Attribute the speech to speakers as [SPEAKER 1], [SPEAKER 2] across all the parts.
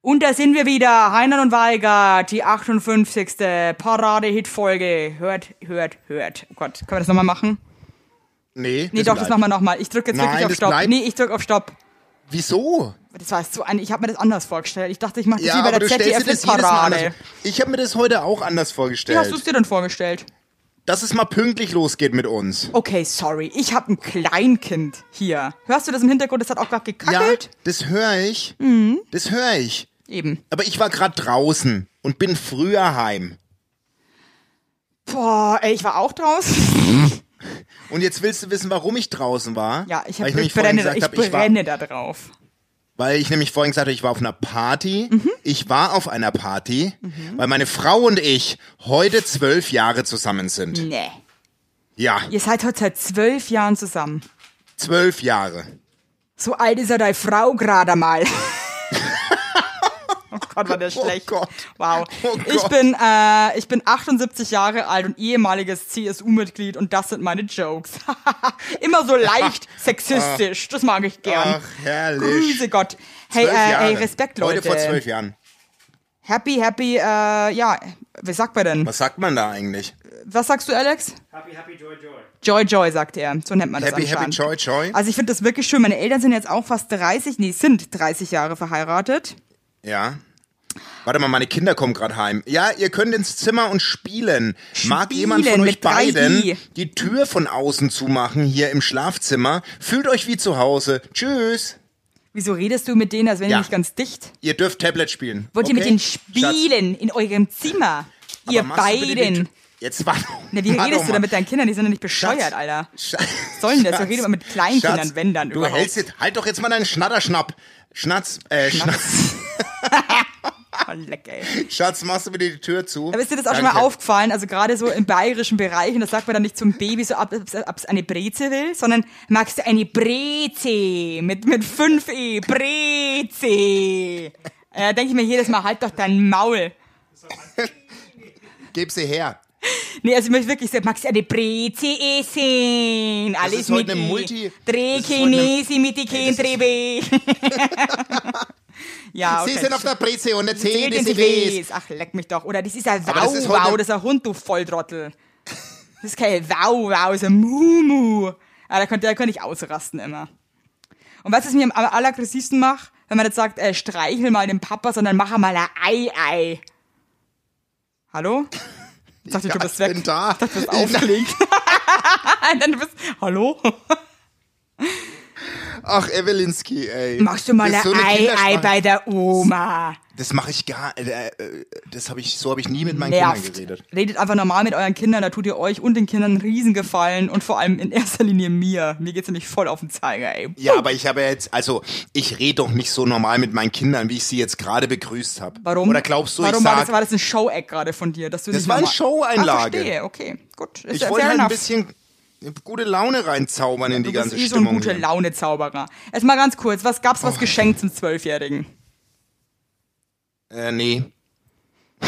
[SPEAKER 1] Und da sind wir wieder, Heinern und Weigert, die 58. Parade-Hit-Folge. Hört, hört, hört. Oh Gott, können wir das nochmal machen?
[SPEAKER 2] Nee.
[SPEAKER 1] Nee, doch, das machen wir nochmal. Ich drücke jetzt
[SPEAKER 2] Nein,
[SPEAKER 1] wirklich auf
[SPEAKER 2] das
[SPEAKER 1] Stopp.
[SPEAKER 2] bleibt-
[SPEAKER 1] Nee, ich drücke auf Stopp.
[SPEAKER 2] Wieso?
[SPEAKER 1] Das war jetzt so ein, ich habe mir das anders vorgestellt. Ich dachte, ich mache das
[SPEAKER 2] Ja,
[SPEAKER 1] wie bei
[SPEAKER 2] aber
[SPEAKER 1] der
[SPEAKER 2] du stellst dir das jedes Mal anders.
[SPEAKER 1] ZDF-Parade.
[SPEAKER 2] vor. Ich habe mir das heute auch anders
[SPEAKER 1] Wie hast du
[SPEAKER 2] vorgestellt.
[SPEAKER 1] es dir denn vorgestellt?
[SPEAKER 2] Dass es mal pünktlich losgeht mit uns.
[SPEAKER 1] Okay, sorry, ich habe ein Kleinkind hier. Hörst du das im Hintergrund? Das hat auch gerade gekackelt.
[SPEAKER 2] das höre ich.
[SPEAKER 1] Mhm.
[SPEAKER 2] Das höre ich.
[SPEAKER 1] Eben.
[SPEAKER 2] Aber ich war gerade draußen und bin früher heim.
[SPEAKER 1] Boah, ey, ich war auch draußen.
[SPEAKER 2] Und jetzt willst du wissen, warum ich draußen war?
[SPEAKER 1] Ja, ich, hab,
[SPEAKER 2] Weil
[SPEAKER 1] ich,
[SPEAKER 2] nämlich vorhin
[SPEAKER 1] brenne, da-
[SPEAKER 2] gesagt
[SPEAKER 1] ich
[SPEAKER 2] hab, ich war
[SPEAKER 1] brenne da drauf.
[SPEAKER 2] Weil ich nämlich vorhin gesagt habe, ich war auf einer Party.
[SPEAKER 1] Mhm.
[SPEAKER 2] Ich war auf einer Party, weil meine Frau und ich heute zwölf Jahre zusammen sind.
[SPEAKER 1] Nee.
[SPEAKER 2] Ja,
[SPEAKER 1] Ihr seid heute seit zwölf Jahren zusammen.
[SPEAKER 2] zwölf Jahre.
[SPEAKER 1] So alt ist ja deine Frau gerade mal. oh Gott, war der
[SPEAKER 2] Oh
[SPEAKER 1] schlecht.
[SPEAKER 2] Gott.
[SPEAKER 1] Wow.
[SPEAKER 2] Oh
[SPEAKER 1] ich,
[SPEAKER 2] Gott.
[SPEAKER 1] bin, äh, ich bin 78 Jahre alt und ehemaliges CSU-Mitglied und das sind meine Jokes. Immer so leicht sexistisch. Das mag ich gern.
[SPEAKER 2] Ach, herrlich.
[SPEAKER 1] Grüße Gott. Hey,
[SPEAKER 2] Zwölf
[SPEAKER 1] äh, ey,
[SPEAKER 2] Jahre.
[SPEAKER 1] Respekt,
[SPEAKER 2] Heute
[SPEAKER 1] Leute.
[SPEAKER 2] vor zwölf Jahren.
[SPEAKER 1] Happy, happy, äh, ja, was sagt man denn?
[SPEAKER 2] Was sagt man da eigentlich?
[SPEAKER 1] Was sagst du, Alex?
[SPEAKER 3] Happy, happy, joy, joy.
[SPEAKER 1] Joy Joy, sagt er. So nennt man das
[SPEAKER 2] Happy, happy,
[SPEAKER 1] anscheinend.
[SPEAKER 2] joy, joy.
[SPEAKER 1] Also ich finde das wirklich schön. Meine Eltern sind jetzt auch fast 30, nee, sind 30 Jahre verheiratet.
[SPEAKER 2] Ja. Warte mal, meine Kinder kommen gerade heim. Ja, ihr könnt ins Zimmer und spielen. Mag
[SPEAKER 1] Spielen
[SPEAKER 2] jemand von euch
[SPEAKER 1] mit 3i.
[SPEAKER 2] beiden die Tür von außen zumachen hier im Schlafzimmer? Fühlt euch wie zu Hause. Tschüss.
[SPEAKER 1] Wieso redest du mit denen, als wären die
[SPEAKER 2] Ja.
[SPEAKER 1] nicht ganz dicht?
[SPEAKER 2] Ihr dürft Tablet spielen.
[SPEAKER 1] Wollt ihr mit
[SPEAKER 2] Okay?
[SPEAKER 1] denen
[SPEAKER 2] Schatz.
[SPEAKER 1] spielen in eurem Zimmer?
[SPEAKER 2] Aber
[SPEAKER 1] Ihr
[SPEAKER 2] machst du bitte die
[SPEAKER 1] beiden.
[SPEAKER 2] Tür- Jetzt warte.
[SPEAKER 1] Na, wie redest
[SPEAKER 2] warte doch
[SPEAKER 1] du
[SPEAKER 2] mal.
[SPEAKER 1] denn mit deinen Kindern? Die sind ja nicht bescheuert,
[SPEAKER 2] Schatz.
[SPEAKER 1] Alter.
[SPEAKER 2] Schatz,
[SPEAKER 1] sollen das? Da redet man mit Kleinkindern,
[SPEAKER 2] Schatz,
[SPEAKER 1] wenn dann
[SPEAKER 2] Du
[SPEAKER 1] überhaupt.
[SPEAKER 2] hältst jetzt, halt doch jetzt mal deinen Schnatterschnapp. Schnatz, äh, Schnatz.
[SPEAKER 1] Oh, leck, ey.
[SPEAKER 2] Schatz, machst du bitte die Tür zu?
[SPEAKER 1] Aber ist dir das auch schon mal
[SPEAKER 2] Danke.
[SPEAKER 1] aufgefallen? Also gerade so im bayerischen Bereich, und das sagt man dann nicht zum Baby so, ob es eine Breze will, sondern magst du eine Breze mit, mit 5e, Breze. Äh, denke ich mir jedes Mal, halt doch dein Maul.
[SPEAKER 2] Gib sie her.
[SPEAKER 1] Nee, also ich möchte wirklich sagen, Max, eine Breze essen. Alles
[SPEAKER 2] ist heute
[SPEAKER 1] mit
[SPEAKER 2] eine
[SPEAKER 1] i.
[SPEAKER 2] Multi-
[SPEAKER 1] Drei
[SPEAKER 2] das ist heute eine-
[SPEAKER 1] Chinesi mit die
[SPEAKER 2] das ist-
[SPEAKER 1] Kindrebe. ja, Ah, okay.
[SPEAKER 2] Sie sind auf der Preze und erzählen,
[SPEAKER 1] Zählt
[SPEAKER 2] wie
[SPEAKER 1] in
[SPEAKER 2] sie
[SPEAKER 1] die Wes.
[SPEAKER 2] weiß.
[SPEAKER 1] Ach, leck mich doch. Oder das ist ein Wow,
[SPEAKER 2] Aber das ist halt heute-
[SPEAKER 1] Wow, das ist ein Hund, du Volldrottel. Das ist kein Wow, Wow, das ist ein Mumu. Ah, da könnte, da könnte ich ausrasten immer. Und was es mir am aller- alleraggressivsten macht, wenn man jetzt sagt, äh, streichel mal den Papa, sondern mach mal ein Ei-Ei. Hallo? Ich dachte, du bist
[SPEAKER 2] ich
[SPEAKER 1] weg.
[SPEAKER 2] bin da.
[SPEAKER 1] Das aufgelegt. Und dann bist Hallo?
[SPEAKER 2] Ach, Evelinski, ey.
[SPEAKER 1] Machst du mal
[SPEAKER 2] Das
[SPEAKER 1] ein
[SPEAKER 2] ist so eine
[SPEAKER 1] Ei, Ei
[SPEAKER 2] Kindersprache.
[SPEAKER 1] bei der Oma?
[SPEAKER 2] Das mache ich gar äh, äh, das habe ich so habe ich nie mit meinen Kindern
[SPEAKER 1] Nervt.
[SPEAKER 2] geredet.
[SPEAKER 1] Redet einfach normal mit euren Kindern, da tut ihr euch und den Kindern einen Riesengefallen und vor allem in erster Linie mir. Mir geht's nämlich voll auf den Zeiger, ey.
[SPEAKER 2] Ja, aber ich habe jetzt also ich rede doch nicht so normal mit meinen Kindern, wie ich sie jetzt gerade begrüßt habe.
[SPEAKER 1] Warum?
[SPEAKER 2] Oder glaubst du,
[SPEAKER 1] Warum
[SPEAKER 2] ich
[SPEAKER 1] war, das,
[SPEAKER 2] sag,
[SPEAKER 1] war das ein Show-Eck gerade von dir? Dass du
[SPEAKER 2] Das
[SPEAKER 1] nicht
[SPEAKER 2] war eine
[SPEAKER 1] normal-
[SPEAKER 2] Show-Einlage.
[SPEAKER 1] Ah, verstehe, okay. Gut. Ist
[SPEAKER 2] ich
[SPEAKER 1] ja
[SPEAKER 2] wollte
[SPEAKER 1] fair
[SPEAKER 2] halt ein
[SPEAKER 1] enough.
[SPEAKER 2] bisschen gute Laune reinzaubern in die
[SPEAKER 1] Du
[SPEAKER 2] ganze
[SPEAKER 1] bist eh so ein
[SPEAKER 2] Stimmung.
[SPEAKER 1] gute
[SPEAKER 2] hier. Oh.
[SPEAKER 1] Laune-Zauberer. Jetzt mal ganz kurz, was gab's was geschenkt zum Zwölfjährigen?
[SPEAKER 2] Äh, nee.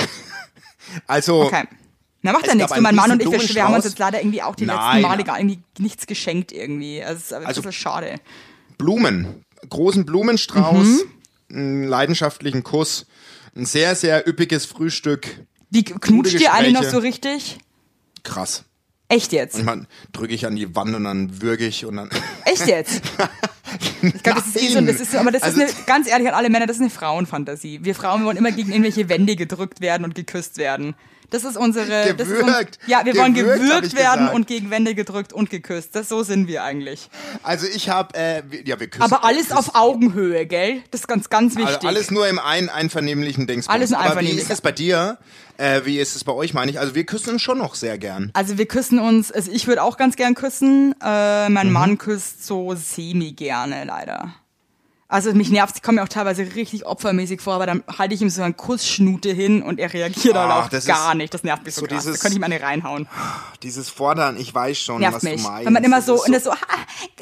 [SPEAKER 2] also,
[SPEAKER 1] Okay. Na, macht
[SPEAKER 2] Es
[SPEAKER 1] ja
[SPEAKER 2] gab
[SPEAKER 1] nichts. Du,
[SPEAKER 2] einen
[SPEAKER 1] mein Mann und ich,
[SPEAKER 2] riesen
[SPEAKER 1] wir wir haben uns
[SPEAKER 2] Blumenstrauß.
[SPEAKER 1] jetzt leider irgendwie auch die letzten
[SPEAKER 2] Nein.
[SPEAKER 1] Male gar irgendwie nichts geschenkt irgendwie. Also, es ist ein
[SPEAKER 2] Also-
[SPEAKER 1] bisschen schade.
[SPEAKER 2] Blumen. Großen Blumenstrauß,
[SPEAKER 1] Mhm.
[SPEAKER 2] einen leidenschaftlichen Kuss, ein sehr, sehr üppiges Frühstück.
[SPEAKER 1] Wie knutscht ihr
[SPEAKER 2] Gespräche.
[SPEAKER 1] alle noch so richtig?
[SPEAKER 2] Krass.
[SPEAKER 1] Echt jetzt?
[SPEAKER 2] Und dann drücke ich an die Wand und dann würge ich und dann.
[SPEAKER 1] Echt jetzt? Äh, Ich glaube, das ist eh so, das ist, so- aber das
[SPEAKER 2] Also-
[SPEAKER 1] ist eine, ganz ehrlich an alle Männer, das ist eine Frauenfantasie. Wir Frauen wollen immer gegen irgendwelche Wände gedrückt werden und geküsst werden. Das ist unsere. Das ist uns,
[SPEAKER 2] Gewürgt.
[SPEAKER 1] ja, wir wollen
[SPEAKER 2] Gewürgt, hab
[SPEAKER 1] gewürgt
[SPEAKER 2] ich
[SPEAKER 1] werden
[SPEAKER 2] gesagt.
[SPEAKER 1] und gegen Wände gedrückt und geküsst. Das, so sind wir eigentlich.
[SPEAKER 2] Also ich habe, äh, wir- ja, wir küssen.
[SPEAKER 1] Aber alles
[SPEAKER 2] küssen-
[SPEAKER 1] auf Augenhöhe, gell? Das ist ganz, ganz wichtig.
[SPEAKER 2] Also alles nur im ein, einvernehmlichen Dings.
[SPEAKER 1] Alles im
[SPEAKER 2] Aber wie
[SPEAKER 1] einvernehmlichen-
[SPEAKER 2] ist es bei dir? Äh, wie ist es bei euch, meine ich? Also wir küssen uns schon noch sehr gern.
[SPEAKER 1] Also wir küssen uns, also ich würde auch ganz gern küssen. Äh,
[SPEAKER 2] Mhm.
[SPEAKER 1] mein Mann küsst so semi gerne, leider. Also mich nervt, ich komme mir auch teilweise richtig opfermäßig vor, aber dann halte ich ihm so einen Kussschnute hin und er reagiert dann
[SPEAKER 2] Ach,
[SPEAKER 1] auch
[SPEAKER 2] Ah, das
[SPEAKER 1] gar
[SPEAKER 2] ist
[SPEAKER 1] nicht. Das nervt mich so,
[SPEAKER 2] so
[SPEAKER 1] krass. Da
[SPEAKER 2] dieses-
[SPEAKER 1] könnte ich mir eine reinhauen.
[SPEAKER 2] Dieses Fordern, ich weiß schon,
[SPEAKER 1] Nervt
[SPEAKER 2] was
[SPEAKER 1] mich.
[SPEAKER 2] du meinst.
[SPEAKER 1] Wenn man immer
[SPEAKER 2] Das
[SPEAKER 1] so,
[SPEAKER 2] ist
[SPEAKER 1] und das so, ha,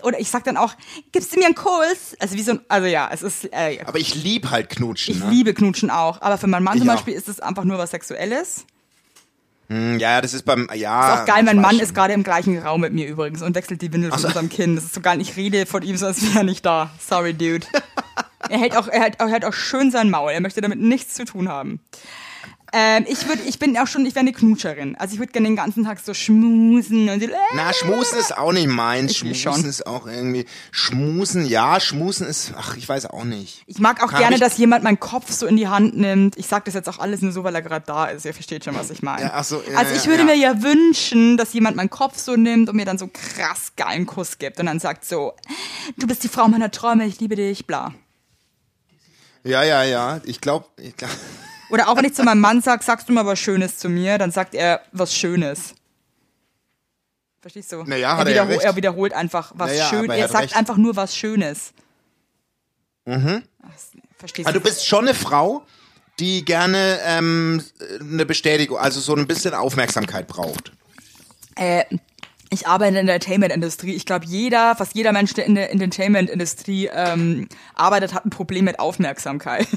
[SPEAKER 1] oder ich sag dann auch, gibst du mir einen Kuss? Also wie so ein, also ja, es ist, äh,
[SPEAKER 2] Aber ich lieb halt Knutschen.
[SPEAKER 1] ich
[SPEAKER 2] ne?
[SPEAKER 1] liebe Knutschen auch, aber für meinen Mann
[SPEAKER 2] Ich
[SPEAKER 1] zum
[SPEAKER 2] auch.
[SPEAKER 1] Beispiel ist es einfach nur was Sexuelles.
[SPEAKER 2] Ja, ja, das ist beim, ja.
[SPEAKER 1] Ist auch geil,
[SPEAKER 2] Ah, ich
[SPEAKER 1] mein
[SPEAKER 2] weiß
[SPEAKER 1] Mann
[SPEAKER 2] schon.
[SPEAKER 1] ist gerade im gleichen Raum mit mir übrigens und wechselt die Windel von unserem Kind. Das ist so geil, ich rede von ihm so, als wäre er nicht da. Sorry, Dude. Er hält auch, er hält, er hält auch schön sein Maul. Er möchte damit nichts zu tun haben. Ähm, ich würde, ich bin auch schon, ich wäre eine Knutscherin. Also ich würde gerne den ganzen Tag so schmusen und so, äh,
[SPEAKER 2] Na, schmusen ist auch nicht meins.
[SPEAKER 1] Ich will
[SPEAKER 2] Schmusen
[SPEAKER 1] schon.
[SPEAKER 2] ist auch irgendwie. Schmusen, ja, schmusen ist. Ach, ich weiß auch nicht.
[SPEAKER 1] Ich mag auch
[SPEAKER 2] Hab
[SPEAKER 1] gerne,
[SPEAKER 2] ich-
[SPEAKER 1] dass jemand meinen Kopf so in die Hand nimmt. Ich sag das jetzt auch alles nur so, weil er gerade da ist. Ihr versteht schon, was ich meine.
[SPEAKER 2] Ja, ach so, ja,
[SPEAKER 1] also ich
[SPEAKER 2] ja,
[SPEAKER 1] würde
[SPEAKER 2] ja.
[SPEAKER 1] mir ja wünschen, dass jemand meinen Kopf so nimmt und mir dann so einen krass geilen Kuss gibt und dann sagt so, du bist die Frau meiner Träume, ich liebe dich, bla.
[SPEAKER 2] Ja, ja, ja. Ich glaube, ich glaub,
[SPEAKER 1] Oder auch wenn ich zu meinem Mann sag, sagst du mal was Schönes zu mir, dann sagt er was Schönes. Verstehst du?
[SPEAKER 2] Na ja,
[SPEAKER 1] er,
[SPEAKER 2] hat er ja
[SPEAKER 1] wiederho-
[SPEAKER 2] recht.
[SPEAKER 1] er wiederholt einfach was
[SPEAKER 2] Na ja,
[SPEAKER 1] Schönes.
[SPEAKER 2] aber er
[SPEAKER 1] Er,
[SPEAKER 2] hat
[SPEAKER 1] sagt
[SPEAKER 2] recht.
[SPEAKER 1] einfach nur was Schönes. Mhm. Verstehst
[SPEAKER 2] also
[SPEAKER 1] du?
[SPEAKER 2] du bist schon eine Frau, die gerne ähm, eine Bestätigung, also so ein bisschen Aufmerksamkeit braucht.
[SPEAKER 1] Äh, ich arbeite in der Entertainment-Industrie. Ich glaube, jeder, fast jeder Mensch, der in der Entertainment-Industrie ähm, arbeitet, hat ein Problem mit Aufmerksamkeit.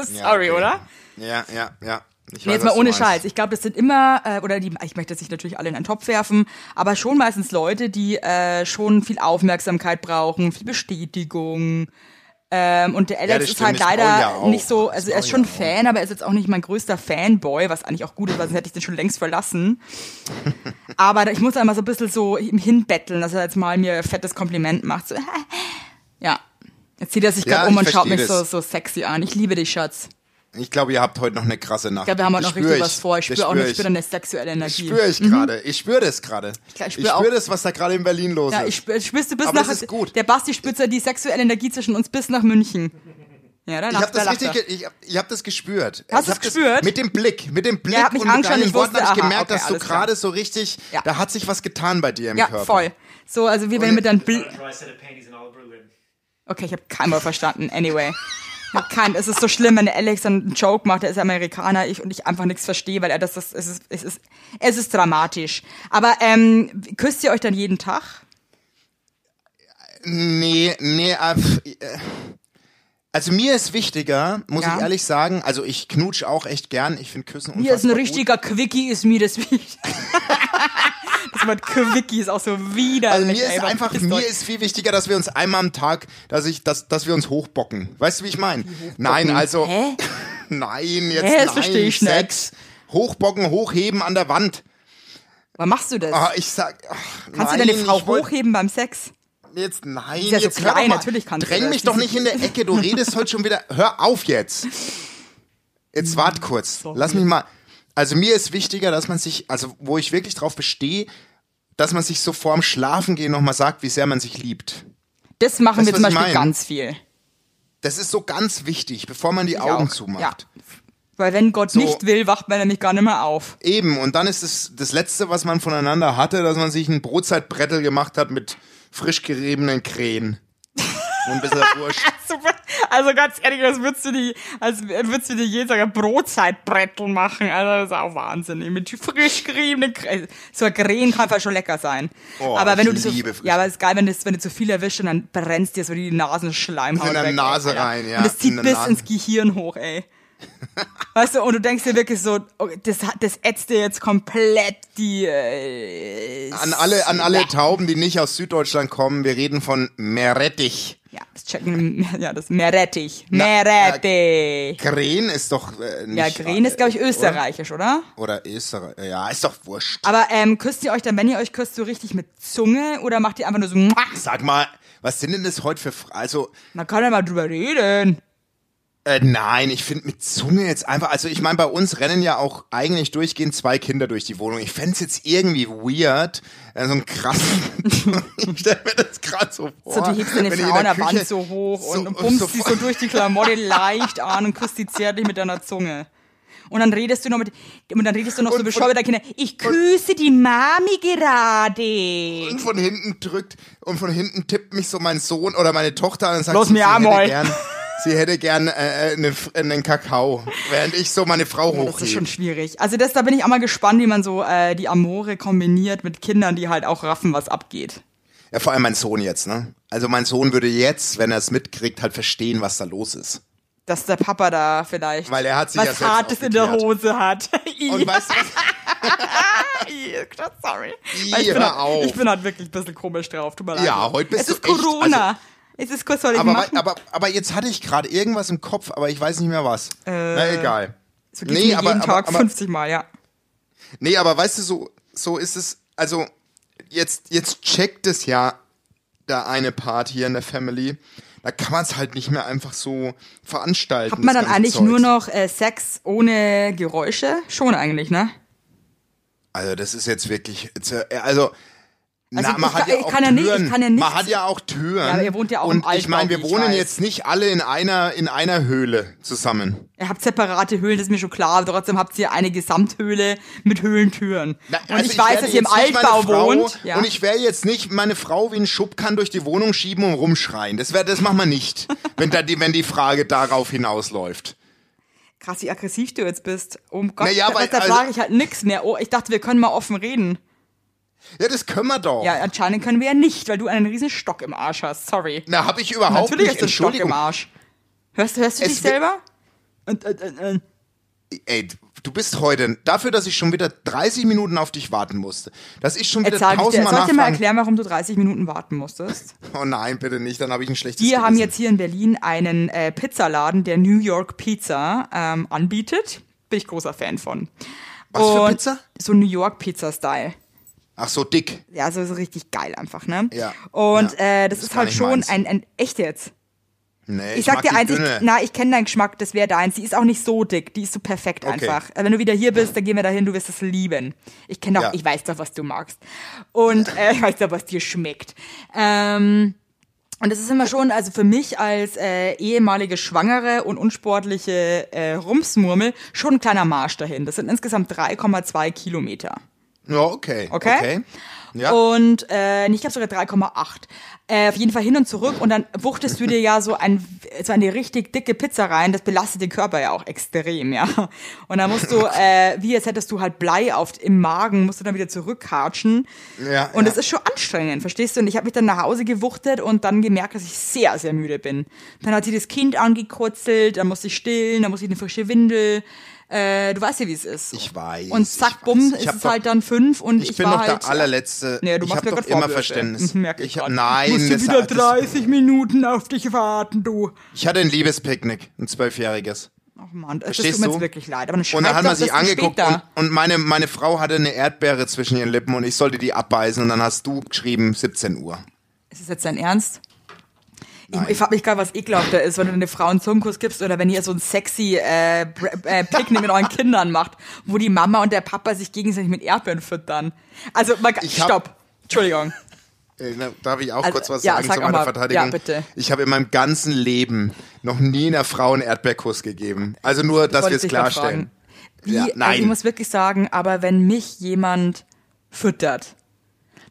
[SPEAKER 1] Sorry,
[SPEAKER 2] Ja, okay.
[SPEAKER 1] oder?
[SPEAKER 2] Ja, ja, ja.
[SPEAKER 1] Nee, jetzt
[SPEAKER 2] Ich weiß,
[SPEAKER 1] mal
[SPEAKER 2] was du
[SPEAKER 1] ohne
[SPEAKER 2] meinst.
[SPEAKER 1] Scheiß. Ich glaube, das sind immer, äh, oder die, ich möchte jetzt nicht natürlich alle in einen Topf werfen, aber schon meistens Leute, die äh, schon viel Aufmerksamkeit brauchen, viel Bestätigung. Ähm, und der Alex
[SPEAKER 2] das
[SPEAKER 1] ist
[SPEAKER 2] stimmt,
[SPEAKER 1] halt
[SPEAKER 2] das brauche
[SPEAKER 1] leider
[SPEAKER 2] ich ja auch.
[SPEAKER 1] nicht so, also
[SPEAKER 2] Das
[SPEAKER 1] er ist
[SPEAKER 2] brauche
[SPEAKER 1] schon
[SPEAKER 2] ich ja
[SPEAKER 1] Fan, aber er ist jetzt auch nicht mein größter Fanboy, was eigentlich auch gut ist, weil sonst hätte ich den schon längst verlassen. aber ich muss einmal so ein bisschen so ihm hinbetteln, dass er jetzt mal mir ein fettes Kompliment macht. So, ja. Jetzt zieht er sich
[SPEAKER 2] Ja,
[SPEAKER 1] gerade um
[SPEAKER 2] ich
[SPEAKER 1] und schaut
[SPEAKER 2] verstehe
[SPEAKER 1] mich so,
[SPEAKER 2] das.
[SPEAKER 1] so sexy an. Ich liebe dich, Schatz.
[SPEAKER 2] Ich glaube, ihr habt heute noch eine krasse Nacht.
[SPEAKER 1] Ich glaube, wir haben heute
[SPEAKER 2] Das
[SPEAKER 1] noch
[SPEAKER 2] spür
[SPEAKER 1] richtig was vor. Ich
[SPEAKER 2] Das
[SPEAKER 1] spüre auch noch, ich
[SPEAKER 2] ich.
[SPEAKER 1] spüre eine sexuelle
[SPEAKER 2] Das
[SPEAKER 1] Energie.
[SPEAKER 2] spüre ich gerade. Ich spüre das gerade.
[SPEAKER 1] glaub, ich
[SPEAKER 2] Ich
[SPEAKER 1] spür auch-
[SPEAKER 2] spüre das, was da gerade in Berlin los
[SPEAKER 1] ja,
[SPEAKER 2] ist.
[SPEAKER 1] ich spür, spürst du bis
[SPEAKER 2] Aber
[SPEAKER 1] nach
[SPEAKER 2] das ist gut.
[SPEAKER 1] der Basti spürt ja die sexuelle Energie zwischen uns bis nach München. Ja, da
[SPEAKER 2] Ich habe
[SPEAKER 1] lacht, da
[SPEAKER 2] das
[SPEAKER 1] lacht
[SPEAKER 2] richtig,
[SPEAKER 1] er.
[SPEAKER 2] ge- ich hab, ich hab das gespürt.
[SPEAKER 1] Hast
[SPEAKER 2] Ich
[SPEAKER 1] du's
[SPEAKER 2] hab das-
[SPEAKER 1] gespürt?
[SPEAKER 2] Mit dem Blick, mit dem Blick
[SPEAKER 1] Ja, hab mich
[SPEAKER 2] und mit
[SPEAKER 1] angeschaut,
[SPEAKER 2] deinen
[SPEAKER 1] ich
[SPEAKER 2] Worten
[SPEAKER 1] wusste,
[SPEAKER 2] habe ich
[SPEAKER 1] aha,
[SPEAKER 2] gemerkt,
[SPEAKER 1] okay,
[SPEAKER 2] dass du
[SPEAKER 1] alles klar.
[SPEAKER 2] gerade so richtig,
[SPEAKER 1] Ja.
[SPEAKER 2] da hat sich was getan bei dir im
[SPEAKER 1] Ja,
[SPEAKER 2] Körper.
[SPEAKER 1] voll. So, also wir werden mit deinem Bl
[SPEAKER 3] Dry set of panties in all of Berlin.
[SPEAKER 1] Okay, ich habe kein Wort verstanden. Anyway. Ich hab Kein, es ist so schlimm, wenn der Alex dann einen Joke macht, er ist Amerikaner, ich und ich einfach nichts verstehe, weil er das, das es ist, es ist, es ist dramatisch. Aber ähm, küsst ihr euch dann jeden Tag?
[SPEAKER 2] Nee, nee, äh, pf, äh, also mir ist wichtiger, muss
[SPEAKER 1] Ja.
[SPEAKER 2] ich ehrlich sagen, also ich knutsch auch echt gern, ich finde Küssen
[SPEAKER 1] Mir ist ein
[SPEAKER 2] unfassbar
[SPEAKER 1] richtiger Quickie, ist mir das wichtig. das Wort Quickie ist auch so widerlich.
[SPEAKER 2] Also mir
[SPEAKER 1] ey,
[SPEAKER 2] ist
[SPEAKER 1] was
[SPEAKER 2] einfach,
[SPEAKER 1] ist
[SPEAKER 2] mir
[SPEAKER 1] dort-
[SPEAKER 2] ist viel wichtiger, dass wir uns einmal am Tag, dass ich, dass, dass wir uns hochbocken. Weißt du, wie ich meine? Nein, also,
[SPEAKER 1] Hä?
[SPEAKER 2] nein, jetzt
[SPEAKER 1] Hä, das
[SPEAKER 2] nein,
[SPEAKER 1] versteh ich nicht.
[SPEAKER 2] Sex, hochbocken, hochheben an der Wand.
[SPEAKER 1] Wann machst du das?
[SPEAKER 2] Ah, ich sag, ach,
[SPEAKER 1] Kannst
[SPEAKER 2] nein,
[SPEAKER 1] du deine Frau
[SPEAKER 2] ich wollt-
[SPEAKER 1] hochheben beim Sex?
[SPEAKER 2] Jetzt, nein,
[SPEAKER 1] ja so
[SPEAKER 2] jetzt hör doch
[SPEAKER 1] klein,
[SPEAKER 2] mal.
[SPEAKER 1] natürlich kannst du
[SPEAKER 2] Dräng
[SPEAKER 1] das.
[SPEAKER 2] mich
[SPEAKER 1] Die
[SPEAKER 2] doch
[SPEAKER 1] sind-
[SPEAKER 2] nicht in der Ecke, du redest heute schon wieder. Hör auf jetzt.
[SPEAKER 1] Hm,
[SPEAKER 2] Jetzt wart kurz. Lass mich mal. Also mir ist wichtiger, dass man sich, also wo ich wirklich drauf bestehe, dass man sich so vorm Schlafengehen nochmal sagt, wie sehr man sich liebt.
[SPEAKER 1] Das machen
[SPEAKER 2] Das,
[SPEAKER 1] wir zum
[SPEAKER 2] was ich
[SPEAKER 1] Beispiel
[SPEAKER 2] mein.
[SPEAKER 1] ganz viel.
[SPEAKER 2] Das ist so ganz wichtig, bevor man die
[SPEAKER 1] Ich
[SPEAKER 2] Augen
[SPEAKER 1] auch.
[SPEAKER 2] zumacht.
[SPEAKER 1] Ja. Weil wenn Gott nicht will, wacht man nämlich gar nicht mehr auf.
[SPEAKER 2] Eben, und dann ist es das Letzte, was man voneinander hatte, dass man sich ein Brotzeitbrettel gemacht hat mit frisch geriebenen Krähen. Und ein bisschen Wurst.
[SPEAKER 1] Super. Also ganz ehrlich, das würdest du die, als würdest du dir jeden Tag ein Brotzeitbrettel machen. Also das ist auch wahnsinnig. Mit frisch geriebenen Krähen. So ein Krähen kann einfach schon lecker sein.
[SPEAKER 2] Oh,
[SPEAKER 1] aber wenn
[SPEAKER 2] ich
[SPEAKER 1] du die so,
[SPEAKER 2] liebe frisch-
[SPEAKER 1] ja, aber es ist geil, wenn, das, wenn du zu viel erwischst und dann brennst dir so die Nasenschleimhaut
[SPEAKER 2] In der
[SPEAKER 1] weg, ey,
[SPEAKER 2] Nase
[SPEAKER 1] Alter.
[SPEAKER 2] rein, ja.
[SPEAKER 1] Und es
[SPEAKER 2] In
[SPEAKER 1] zieht
[SPEAKER 2] der
[SPEAKER 1] bis
[SPEAKER 2] Nase.
[SPEAKER 1] ins Gehirn hoch, ey. Weißt du, und du denkst dir wirklich so, oh, das, hat- das ätzt dir jetzt komplett die, äh,
[SPEAKER 2] An alle, an alle Tauben, die nicht aus Süddeutschland kommen, wir reden von Meerrettich.
[SPEAKER 1] Ja, das checken, ja, das Meerrettich.
[SPEAKER 2] Na,
[SPEAKER 1] Meerrettich.
[SPEAKER 2] Krähen ist doch äh, nicht.
[SPEAKER 1] Ja, Green ist, glaube ich, österreichisch, oder?
[SPEAKER 2] Oder Österreich. Ja, ist doch wurscht.
[SPEAKER 1] Aber ähm, küsst ihr euch dann, wenn ihr euch küsst, so richtig mit Zunge oder macht ihr einfach nur so, "Mua"?
[SPEAKER 2] Sag mal, was sind denn das heute für. Fra- Also,
[SPEAKER 1] man kann ja mal drüber reden.
[SPEAKER 2] äh, nein, ich finde mit Zunge jetzt einfach. Also, ich meine, bei uns rennen ja auch eigentlich durchgehend zwei Kinder durch die Wohnung. Ich fänd's jetzt irgendwie weird, äh, so einen krassen. ich stell mir das gerade so vor.
[SPEAKER 1] So, du hebst deine
[SPEAKER 2] wenn ich
[SPEAKER 1] Frau
[SPEAKER 2] in
[SPEAKER 1] an der
[SPEAKER 2] Küche
[SPEAKER 1] Wand so hoch und, und pumpst sie so
[SPEAKER 2] vor-
[SPEAKER 1] durch die Klamotte leicht an und küsst die zärtlich mit deiner Zunge. Und dann redest du noch mit, und dann redest du noch so
[SPEAKER 2] Und-
[SPEAKER 1] bescheuert mit deinen Kindern, ich küsse die Mami gerade.
[SPEAKER 2] Und von hinten drückt und von hinten tippt mich so mein Sohn oder meine Tochter an und sagt,
[SPEAKER 1] Los,
[SPEAKER 2] sie, sie,
[SPEAKER 1] mir am
[SPEAKER 2] hätte
[SPEAKER 1] Maul.
[SPEAKER 2] gern, sie hätte gern äh, äh, einen, F- einen Kakao, während ich so meine Frau
[SPEAKER 1] Das ist
[SPEAKER 2] hochhebe.
[SPEAKER 1] schon schwierig. Also das, da bin ich auch mal gespannt, wie man so äh, die Amore kombiniert mit Kindern, die halt auch raffen, was abgeht.
[SPEAKER 2] Ja, vor allem mein Sohn jetzt, ne? Also mein Sohn würde jetzt, wenn er es mitkriegt, halt verstehen, was da los ist.
[SPEAKER 1] Dass der Papa da vielleicht
[SPEAKER 2] Weil er hat sich
[SPEAKER 1] was
[SPEAKER 2] ja selbst
[SPEAKER 1] Hartes in der
[SPEAKER 2] aufgeklärt.
[SPEAKER 1] Hose hat. I,
[SPEAKER 2] Und weißt du was?
[SPEAKER 1] I, sorry.
[SPEAKER 2] I,
[SPEAKER 1] Weil ich, bin
[SPEAKER 2] hör
[SPEAKER 1] halt,
[SPEAKER 2] auf.
[SPEAKER 1] ich bin halt wirklich ein bisschen komisch drauf. Tut mir leid.
[SPEAKER 2] Ja, heute bist
[SPEAKER 1] es ist
[SPEAKER 2] du echt- also
[SPEAKER 1] Corona. Es ist kurz vor dem
[SPEAKER 2] Aber,
[SPEAKER 1] Machen.
[SPEAKER 2] wei- aber, aber jetzt hatte ich gerade irgendwas im Kopf, aber ich weiß nicht mehr was. Na egal.
[SPEAKER 1] Äh, so geht's mir jeden Tag 50 Mal, ja.
[SPEAKER 2] Nee, aber weißt du, so, so ist es. Also, jetzt, jetzt checkt es ja der eine Part hier in der Family. Da kann man es halt nicht mehr einfach so veranstalten.
[SPEAKER 1] Hat man dann
[SPEAKER 2] das ganze
[SPEAKER 1] eigentlich
[SPEAKER 2] Zeugs.
[SPEAKER 1] nur noch äh, Sex ohne Geräusche? Schon eigentlich, ne?
[SPEAKER 2] Also, das ist jetzt wirklich. jetzt, äh, Also.
[SPEAKER 1] Also,
[SPEAKER 2] na, man
[SPEAKER 1] ich
[SPEAKER 2] hat
[SPEAKER 1] kann-
[SPEAKER 2] ja
[SPEAKER 1] ich
[SPEAKER 2] auch
[SPEAKER 1] kann ja
[SPEAKER 2] Türen.
[SPEAKER 1] nicht- ich kann ja
[SPEAKER 2] man
[SPEAKER 1] nichts-
[SPEAKER 2] hat ja auch Türen.
[SPEAKER 1] aber ihr wohnt ja auch
[SPEAKER 2] Und
[SPEAKER 1] im Altbau,
[SPEAKER 2] ich meine,
[SPEAKER 1] wie
[SPEAKER 2] wir
[SPEAKER 1] ich
[SPEAKER 2] wohnen
[SPEAKER 1] weiß.
[SPEAKER 2] jetzt nicht alle in einer, in einer Höhle zusammen.
[SPEAKER 1] Ihr habt separate Höhlen, das ist mir schon klar, aber trotzdem habt ihr eine Gesamthöhle mit Höhlentüren.
[SPEAKER 2] Na,
[SPEAKER 1] und
[SPEAKER 2] also
[SPEAKER 1] ich, weiß,
[SPEAKER 2] werde
[SPEAKER 1] dass ihr im
[SPEAKER 2] jetzt nicht
[SPEAKER 1] Altbau
[SPEAKER 2] meine Frau,
[SPEAKER 1] wohnt. Ja.
[SPEAKER 2] Und ich wäre jetzt nicht meine Frau wie ein Schubkan durch die Wohnung schieben und rumschreien. Das, wär, das machen wir nicht, wenn, da die, wenn die Frage darauf hinausläuft.
[SPEAKER 1] Krass, wie aggressiv du jetzt bist. Oh Gott,
[SPEAKER 2] Na ja,
[SPEAKER 1] da,
[SPEAKER 2] weil-
[SPEAKER 1] da
[SPEAKER 2] also-
[SPEAKER 1] sage ich halt nichts mehr. Oh, ich dachte, wir können mal offen reden.
[SPEAKER 2] Ja, das können wir doch.
[SPEAKER 1] Ja, anscheinend können wir ja nicht, weil du einen riesen Stock im Arsch hast. Sorry.
[SPEAKER 2] Na, habe ich überhaupt
[SPEAKER 1] Natürlich
[SPEAKER 2] nicht.
[SPEAKER 1] hast du einen Stock im
[SPEAKER 2] Entschuldigung.
[SPEAKER 1] Arsch. Hörst, hörst du
[SPEAKER 2] Es
[SPEAKER 1] dich
[SPEAKER 2] wi-
[SPEAKER 1] selber? Und, und, und, und.
[SPEAKER 2] Ey, du bist heute, dafür, dass ich schon wieder 30 Minuten auf dich warten musste, dass ich schon wieder
[SPEAKER 1] Jetzt sage ich dir,
[SPEAKER 2] tausendmal
[SPEAKER 1] soll ich dir mal
[SPEAKER 2] nachfragen.
[SPEAKER 1] erklären, warum du 30 Minuten warten musstest?
[SPEAKER 2] Oh nein, bitte nicht, dann habe ich ein schlechtes
[SPEAKER 1] Wir haben
[SPEAKER 2] Gewissen.
[SPEAKER 1] jetzt hier in Berlin einen äh, Pizzaladen, der New York Pizza ähm, anbietet. Bin ich großer Fan von.
[SPEAKER 2] Was für Pizza?
[SPEAKER 1] So New York Pizza-Style.
[SPEAKER 2] Ach so, dick.
[SPEAKER 1] Ja, also so, so richtig geil einfach, ne?
[SPEAKER 2] Ja.
[SPEAKER 1] Und
[SPEAKER 2] Ja.
[SPEAKER 1] Äh, das
[SPEAKER 2] Ist
[SPEAKER 1] ist
[SPEAKER 2] gar
[SPEAKER 1] halt
[SPEAKER 2] nicht
[SPEAKER 1] schon
[SPEAKER 2] meins.
[SPEAKER 1] ein, ein echt jetzt.
[SPEAKER 2] Nee,
[SPEAKER 1] Ich, sag
[SPEAKER 2] mag
[SPEAKER 1] dir
[SPEAKER 2] die
[SPEAKER 1] eins, ich,
[SPEAKER 2] dünne.
[SPEAKER 1] na, ich kenne deinen Geschmack, das wäre deins. Die ist auch nicht so dick, die ist so perfekt einfach. Äh, Wenn du wieder hier bist, dann gehen wir dahin, du wirst es lieben. Ich kenne doch,
[SPEAKER 2] Ja.
[SPEAKER 1] ich weiß doch, was du magst. Und äh, ich weiß doch, was dir schmeckt. Ähm, und das ist immer schon, also für mich als äh, ehemalige Schwangere und unsportliche äh, Rumsmurmel, schon ein kleiner Marsch dahin. Das sind insgesamt 3,2 Kilometer.
[SPEAKER 2] Ja, okay.
[SPEAKER 1] Okay?
[SPEAKER 2] Ja.
[SPEAKER 1] Und äh, nee, ich glaube sogar 3,8. Äh, auf jeden Fall hin und zurück und dann wuchtest du dir ja so, ein, so eine richtig dicke Pizza rein. Das belastet den Körper ja auch extrem, ja. Und dann musst du, äh, wie jetzt hättest du halt Blei auf, im Magen, musst du dann wieder zurückhatschen.
[SPEAKER 2] Ja,
[SPEAKER 1] und
[SPEAKER 2] ja.
[SPEAKER 1] es ist schon anstrengend, verstehst du? Und ich habe mich dann nach Hause gewuchtet und dann gemerkt, dass ich sehr, sehr müde bin. Dann hat sie das Kind angekurzelt, dann musste ich stillen, dann musste ich eine frische Windel. Äh, du weißt ja, wie es ist.
[SPEAKER 2] Ich weiß,
[SPEAKER 1] Und
[SPEAKER 2] ich
[SPEAKER 1] zack,
[SPEAKER 2] weiß.
[SPEAKER 1] bumm,
[SPEAKER 2] Ich
[SPEAKER 1] ist
[SPEAKER 2] hab
[SPEAKER 1] es
[SPEAKER 2] doch-
[SPEAKER 1] halt dann fünf und ich,
[SPEAKER 2] ich bin
[SPEAKER 1] war
[SPEAKER 2] doch
[SPEAKER 1] halt,
[SPEAKER 2] der allerletzte.
[SPEAKER 1] Nee, du
[SPEAKER 2] ich
[SPEAKER 1] machst
[SPEAKER 2] habe
[SPEAKER 1] mir
[SPEAKER 2] doch
[SPEAKER 1] grad
[SPEAKER 2] immer
[SPEAKER 1] Vorwürfe.
[SPEAKER 2] Verständnis.
[SPEAKER 1] Mhm, merk ich
[SPEAKER 2] hab-
[SPEAKER 1] grad.
[SPEAKER 2] nein,
[SPEAKER 1] Musst du
[SPEAKER 2] das-
[SPEAKER 1] wieder
[SPEAKER 2] das-
[SPEAKER 1] 30 Minuten auf dich warten, du.
[SPEAKER 2] Ich hatte ein Liebespicknick, ein zwölfjähriges.
[SPEAKER 1] Ach man, das
[SPEAKER 2] Verstehst
[SPEAKER 1] tut mir
[SPEAKER 2] du?
[SPEAKER 1] jetzt wirklich leid. Aber dann
[SPEAKER 2] Und
[SPEAKER 1] schreib
[SPEAKER 2] da hat
[SPEAKER 1] doch
[SPEAKER 2] man sich
[SPEAKER 1] das zu spät
[SPEAKER 2] angeguckt
[SPEAKER 1] da.
[SPEAKER 2] und, und meine, meine Frau hatte eine Erdbeere zwischen ihren Lippen und ich sollte die abbeißen und dann hast du geschrieben 17 Uhr.
[SPEAKER 1] Ist es jetzt dein Ernst? Ich,
[SPEAKER 2] Nein.
[SPEAKER 1] ich frag mich gerade, was ekelhafter ist, wenn du eine Frau einen Zungenkuss gibst oder wenn ihr so ein sexy äh, Br- äh, Picknick mit euren Kindern macht, wo die Mama und der Papa sich gegenseitig mit Erdbeeren füttern. Also, mal, ga-
[SPEAKER 2] Ich hab-
[SPEAKER 1] stopp. Entschuldigung.
[SPEAKER 2] Äh, na, Darf ich auch
[SPEAKER 1] Also,
[SPEAKER 2] kurz was
[SPEAKER 1] ja,
[SPEAKER 2] sagen
[SPEAKER 1] sag
[SPEAKER 2] zu
[SPEAKER 1] auch
[SPEAKER 2] meiner
[SPEAKER 1] mal.
[SPEAKER 2] Verteidigung?
[SPEAKER 1] Ja, bitte.
[SPEAKER 2] Ich habe in meinem ganzen Leben noch nie einer Frau einen Erdbeerkuss gegeben. Also nur, dass
[SPEAKER 1] wollte
[SPEAKER 2] wir es
[SPEAKER 1] dich grad
[SPEAKER 2] klarstellen.
[SPEAKER 1] fragen. Wie,
[SPEAKER 2] Ja,
[SPEAKER 1] Also
[SPEAKER 2] nein.
[SPEAKER 1] ich muss wirklich sagen, aber wenn mich jemand füttert,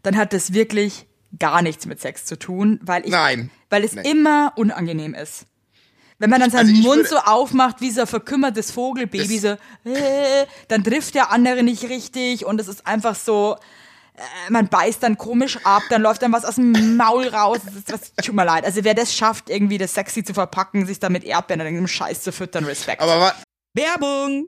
[SPEAKER 1] dann hat das wirklich gar nichts mit Sex zu tun, weil ich,
[SPEAKER 2] Nein.
[SPEAKER 1] weil es
[SPEAKER 2] Nein.
[SPEAKER 1] immer unangenehm ist. Wenn man dann seinen
[SPEAKER 2] Also ich
[SPEAKER 1] Mund
[SPEAKER 2] würde-
[SPEAKER 1] so aufmacht, wie so ein verkümmertes Vogelbaby, so, äh, dann trifft der andere nicht richtig und es ist einfach so, äh, man beißt dann komisch ab, dann läuft dann was aus dem Maul raus. Das ist, was, tut mir leid. Also wer das schafft, irgendwie das sexy zu verpacken, sich damit Erdbeeren oder irgendeinem Scheiß zu füttern, Respekt.
[SPEAKER 2] Aber wa-
[SPEAKER 3] Werbung!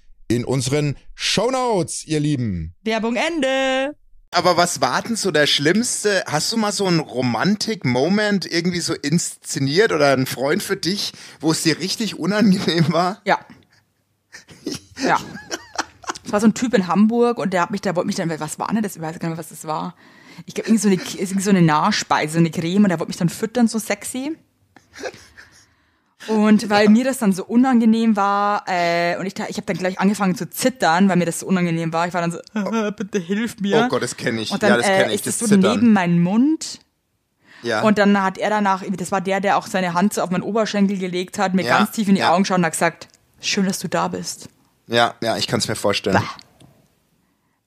[SPEAKER 4] in unseren Shownotes, ihr Lieben.
[SPEAKER 3] Werbung Ende.
[SPEAKER 2] Aber was war denn so der schlimmste? Hast du mal so einen Romantic-Moment irgendwie so inszeniert oder einen Freund für dich, wo es dir richtig unangenehm war?
[SPEAKER 1] Ja. Ja. Es war so ein Typ in Hamburg und der hat mich, der wollte mich dann, was war denn das? Ich weiß gar nicht mehr, was das war. Ich glaube, irgend so eine, irgend so eine Nachspeise, eine Creme und der wollte mich dann füttern, so sexy. Und weil mir das dann so unangenehm war äh, und ich, da- ich habe dann gleich angefangen zu zittern, weil mir das so unangenehm war. Ich war dann so, bitte hilf mir.
[SPEAKER 2] Oh Gott, das kenne ich.
[SPEAKER 1] Und dann
[SPEAKER 2] ja, das kenne
[SPEAKER 1] äh,
[SPEAKER 2] ich.
[SPEAKER 1] ist es
[SPEAKER 2] Das
[SPEAKER 1] so
[SPEAKER 2] Zittern.
[SPEAKER 1] neben meinen Mund
[SPEAKER 2] ja.
[SPEAKER 1] und dann hat er danach, das war der, der auch seine Hand so auf meinen Oberschenkel gelegt hat, mir
[SPEAKER 2] Ja,
[SPEAKER 1] ganz tief in die
[SPEAKER 2] ja.
[SPEAKER 1] Augen schaut und hat gesagt, schön, dass du da bist.
[SPEAKER 2] ja, ja, ich kann es mir vorstellen.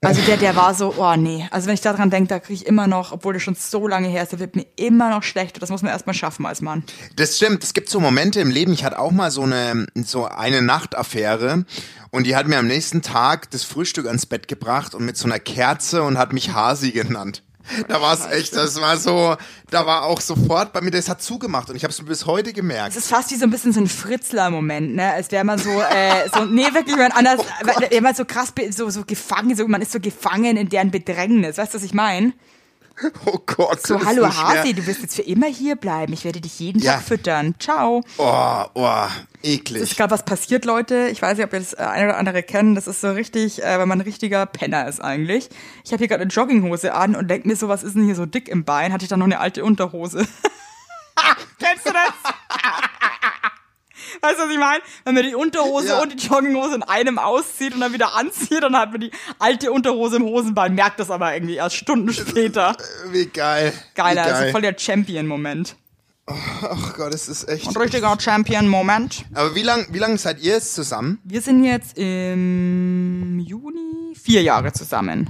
[SPEAKER 1] Also der, der war so, oh nee. Also wenn ich daran denke, da kriege ich immer noch, obwohl das schon so lange her ist, der wird mir immer noch schlecht. Und Das muss man erstmal schaffen als Mann.
[SPEAKER 2] Das stimmt, es gibt so Momente im Leben. Ich hatte auch mal so eine, so eine Nachtaffäre und die hat mir am nächsten Tag das Frühstück ans Bett gebracht und mit so einer Kerze und hat mich Hasi genannt. Da war es echt, das war so, da war auch sofort bei mir, das hat zugemacht und ich habe es bis heute gemerkt.
[SPEAKER 1] Es ist fast wie so ein bisschen so ein Fritzler-Moment, ne? Als wäre man so, äh, so, nee, wirklich, man anders,
[SPEAKER 2] Oh
[SPEAKER 1] weil- wenn man so krass, be- so, so gefangen, so, man ist so gefangen in deren Bedrängnis. Weißt du, was ich meine?
[SPEAKER 2] Oh Gott,
[SPEAKER 1] So,
[SPEAKER 2] das ist
[SPEAKER 1] hallo
[SPEAKER 2] nicht mehr-
[SPEAKER 1] Hasi, du wirst jetzt für immer hier bleiben. Ich werde dich jeden
[SPEAKER 2] Ja.
[SPEAKER 1] Tag füttern. Ciao.
[SPEAKER 2] Oh, oh,
[SPEAKER 1] Es ist
[SPEAKER 2] eklig.
[SPEAKER 1] gerade was passiert, Leute. Ich weiß nicht, ob ihr das äh, ein oder andere kennt. Das ist so richtig, äh, wenn man ein richtiger Penner ist eigentlich. Ich habe hier gerade eine Jogginghose an und denke mir so, was ist denn hier so dick im Bein? Hatte ich dann noch eine alte Unterhose. Kennst du das? Weißt du, was ich meine? Wenn man die Unterhose
[SPEAKER 2] Ja.
[SPEAKER 1] und die Jogginghose in einem auszieht und dann wieder anzieht, dann hat man die alte Unterhose im Hosenbein, merkt das aber irgendwie erst Stunden später.
[SPEAKER 2] Wie geil.
[SPEAKER 1] Geiler,
[SPEAKER 2] wie
[SPEAKER 1] also
[SPEAKER 2] geil.
[SPEAKER 1] voll der Champion-Moment.
[SPEAKER 2] Oh Gott, das ist echt.
[SPEAKER 1] Ein richtiger Champion-Moment.
[SPEAKER 2] Aber wie lang, wie lang seid ihr jetzt zusammen?
[SPEAKER 1] Wir sind jetzt im Juni vier Jahre zusammen.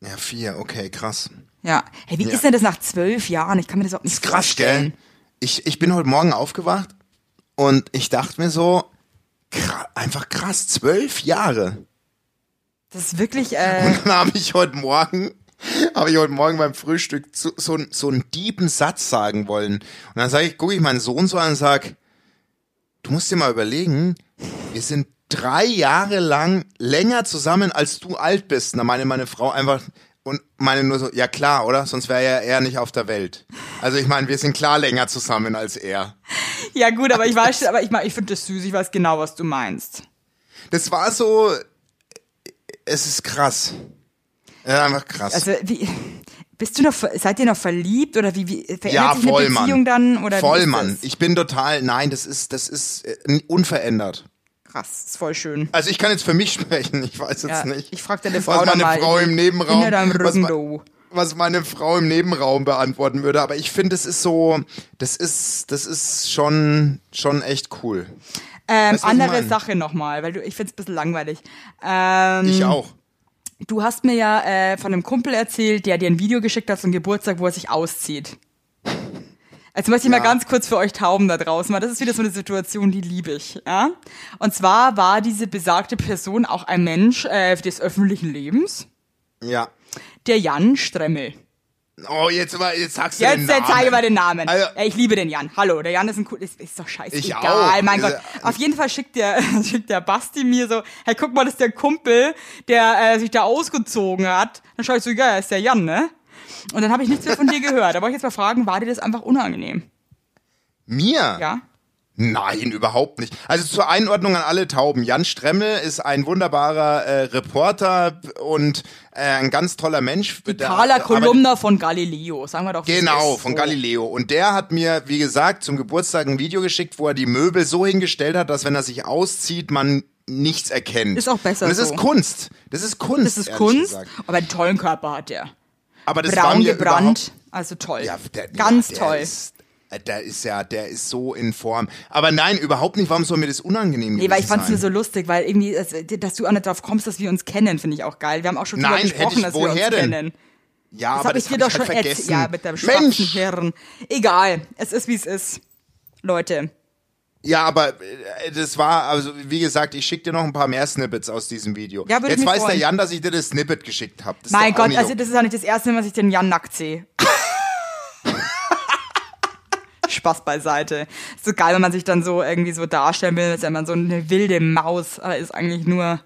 [SPEAKER 2] Ja, vier, okay, krass.
[SPEAKER 1] Ja. Hey, wie
[SPEAKER 2] Ja.
[SPEAKER 1] ist denn das nach zwölf Jahren? Ich kann mir das überhaupt nicht
[SPEAKER 2] Krass,
[SPEAKER 1] vorstellen.
[SPEAKER 2] gell? Ich, ich bin heute Morgen aufgewacht und ich dachte mir so, kra einfach krass, zwölf Jahre.
[SPEAKER 1] Das ist wirklich, äh,
[SPEAKER 2] Dann habe ich heute Morgen, habe ich heute Morgen beim Frühstück zu, so, n- so einen dieben Satz sagen wollen. Und dann sage ich, gucke ich meinen Sohn so an und sage, du musst dir mal überlegen, wir sind drei Jahre lang länger zusammen, als du alt bist. Und dann meine meine Frau einfach und meine nur so, ja klar, oder? Sonst wäre ja er nicht auf der Welt. Also ich meine, wir sind klar länger zusammen als er.
[SPEAKER 1] ja gut, aber ich weiß, aber ich meine, ich finde das süß, ich weiß genau, was du meinst.
[SPEAKER 2] Das war so. Es ist krass. Ja, einfach krass.
[SPEAKER 1] Also, wie, bist du noch, ver- seid ihr noch verliebt oder wie, wie verändert
[SPEAKER 2] ja,
[SPEAKER 1] sich eine
[SPEAKER 2] voll,
[SPEAKER 1] Beziehung
[SPEAKER 2] Mann.
[SPEAKER 1] dann? Oder wie
[SPEAKER 2] voll,
[SPEAKER 1] ist
[SPEAKER 2] Mann.
[SPEAKER 1] das?
[SPEAKER 2] Ich bin total. Nein, das ist, das ist äh, unverändert.
[SPEAKER 1] Krass, ist voll schön.
[SPEAKER 2] Also ich kann jetzt für mich sprechen. Ich weiß
[SPEAKER 1] Ja,
[SPEAKER 2] jetzt nicht.
[SPEAKER 1] ich frag deine
[SPEAKER 2] was
[SPEAKER 1] Frau dann
[SPEAKER 2] meine
[SPEAKER 1] mal
[SPEAKER 2] Frau im
[SPEAKER 1] in-
[SPEAKER 2] Nebenraum,
[SPEAKER 1] in deinem
[SPEAKER 2] was, me-
[SPEAKER 1] Ründo.
[SPEAKER 2] was meine Frau im Nebenraum beantworten würde. Aber ich finde, das ist so. Das ist, das ist schon, schon echt cool.
[SPEAKER 1] Ähm,
[SPEAKER 2] Weißt du, was ich
[SPEAKER 1] andere
[SPEAKER 2] mein?
[SPEAKER 1] Sache nochmal, weil du, ich finde es ein bisschen langweilig. Ähm,
[SPEAKER 2] Ich auch.
[SPEAKER 1] Du hast mir ja äh, von einem Kumpel erzählt, der dir ein Video geschickt hat zum Geburtstag, wo er sich auszieht. Jetzt möchte ich mal
[SPEAKER 2] Ja.
[SPEAKER 1] ganz kurz für euch Tauben da draußen, weil das ist wieder so eine Situation, die liebe ich. Ja? Und zwar war diese besagte Person auch ein Mensch äh, des öffentlichen Lebens,
[SPEAKER 2] Ja.
[SPEAKER 1] der Jan Stremmel.
[SPEAKER 2] Oh, jetzt, mal- jetzt sagst du den
[SPEAKER 1] Jetzt
[SPEAKER 2] Namen.
[SPEAKER 1] zeige ich mal den Namen.
[SPEAKER 2] Also-
[SPEAKER 1] ja, ich liebe den Jan. Hallo, der Jan ist ein cool, ist, ist doch scheiße.
[SPEAKER 2] Ich
[SPEAKER 1] egal,
[SPEAKER 2] auch. Also,
[SPEAKER 1] mein Gott.
[SPEAKER 2] Ist er-
[SPEAKER 1] Auf jeden Fall schickt der, schickt der Basti mir so, hey, guck mal, das ist der Kumpel, der äh, sich da ausgezogen hat. Dann schaue ich so, ja, ist der Jan, ne? Und dann habe ich nichts mehr von dir gehört. Da wollte ich jetzt mal fragen, war dir das einfach unangenehm?
[SPEAKER 2] Mir?
[SPEAKER 1] Ja?
[SPEAKER 2] Nein, überhaupt nicht. Also zur Einordnung an alle Tauben. Jan Stremmel ist ein wunderbarer äh, Reporter und äh, ein ganz toller Mensch. Die
[SPEAKER 1] Carla Kolumna von Galileo, sagen wir doch. wie es
[SPEAKER 2] Genau,
[SPEAKER 1] ist. Oh,
[SPEAKER 2] von
[SPEAKER 1] So.
[SPEAKER 2] Galileo. Und der hat mir, wie gesagt, zum Geburtstag ein Video geschickt, wo er die Möbel so hingestellt hat, dass wenn er sich auszieht, man nichts erkennt.
[SPEAKER 1] Ist auch besser
[SPEAKER 2] Und das
[SPEAKER 1] so.
[SPEAKER 2] ist Kunst. Das ist Kunst.
[SPEAKER 1] Das ist
[SPEAKER 2] ehrlich
[SPEAKER 1] Kunst,
[SPEAKER 2] Gesagt.
[SPEAKER 1] aber einen tollen Körper hat er.
[SPEAKER 2] Aber das war
[SPEAKER 1] Braun
[SPEAKER 2] mir überhaupt-
[SPEAKER 1] gebrannt, also toll.
[SPEAKER 2] Ja, der,
[SPEAKER 1] Ganz
[SPEAKER 2] ja, der
[SPEAKER 1] toll.
[SPEAKER 2] Ist, äh, der ist ja, der ist so in Form. Aber nein, überhaupt nicht. Warum soll mir das unangenehm
[SPEAKER 1] Nee, weil ich
[SPEAKER 2] gewesen
[SPEAKER 1] fand's nur
[SPEAKER 2] sein?
[SPEAKER 1] so lustig, weil irgendwie, dass, dass du auch nicht drauf kommst, dass wir uns kennen, finde ich auch geil. Wir haben auch schon drüber
[SPEAKER 2] Nein, hätte
[SPEAKER 1] gesprochen,
[SPEAKER 2] ich-
[SPEAKER 1] dass wir
[SPEAKER 2] woher
[SPEAKER 1] uns
[SPEAKER 2] denn?
[SPEAKER 1] kennen.
[SPEAKER 2] Ja,
[SPEAKER 1] Das
[SPEAKER 2] aber
[SPEAKER 1] habe ich
[SPEAKER 2] das
[SPEAKER 1] dir
[SPEAKER 2] hab
[SPEAKER 1] doch
[SPEAKER 2] ich halt
[SPEAKER 1] schon erzählt.
[SPEAKER 2] vergessen.
[SPEAKER 1] Ja, mit deinem schwarzen
[SPEAKER 2] Mensch,
[SPEAKER 1] Hirn. Egal, es ist wie es ist. Leute,
[SPEAKER 2] ja, aber äh, das war, also wie gesagt, ich schicke dir noch ein paar mehr Snippets aus diesem Video.
[SPEAKER 1] Ja, würde ich
[SPEAKER 2] Jetzt
[SPEAKER 1] mich
[SPEAKER 2] weiß der
[SPEAKER 1] freuen.
[SPEAKER 2] Jan, dass ich dir das Snippet geschickt habe.
[SPEAKER 1] mein Gott,
[SPEAKER 2] also
[SPEAKER 1] also das ist ja nicht das erste Mal, dass ich den Jan nackt sehe. Spaß beiseite. Ist so geil, wenn man sich dann so irgendwie so darstellen will, als wäre man so eine wilde Maus, aber ist eigentlich nur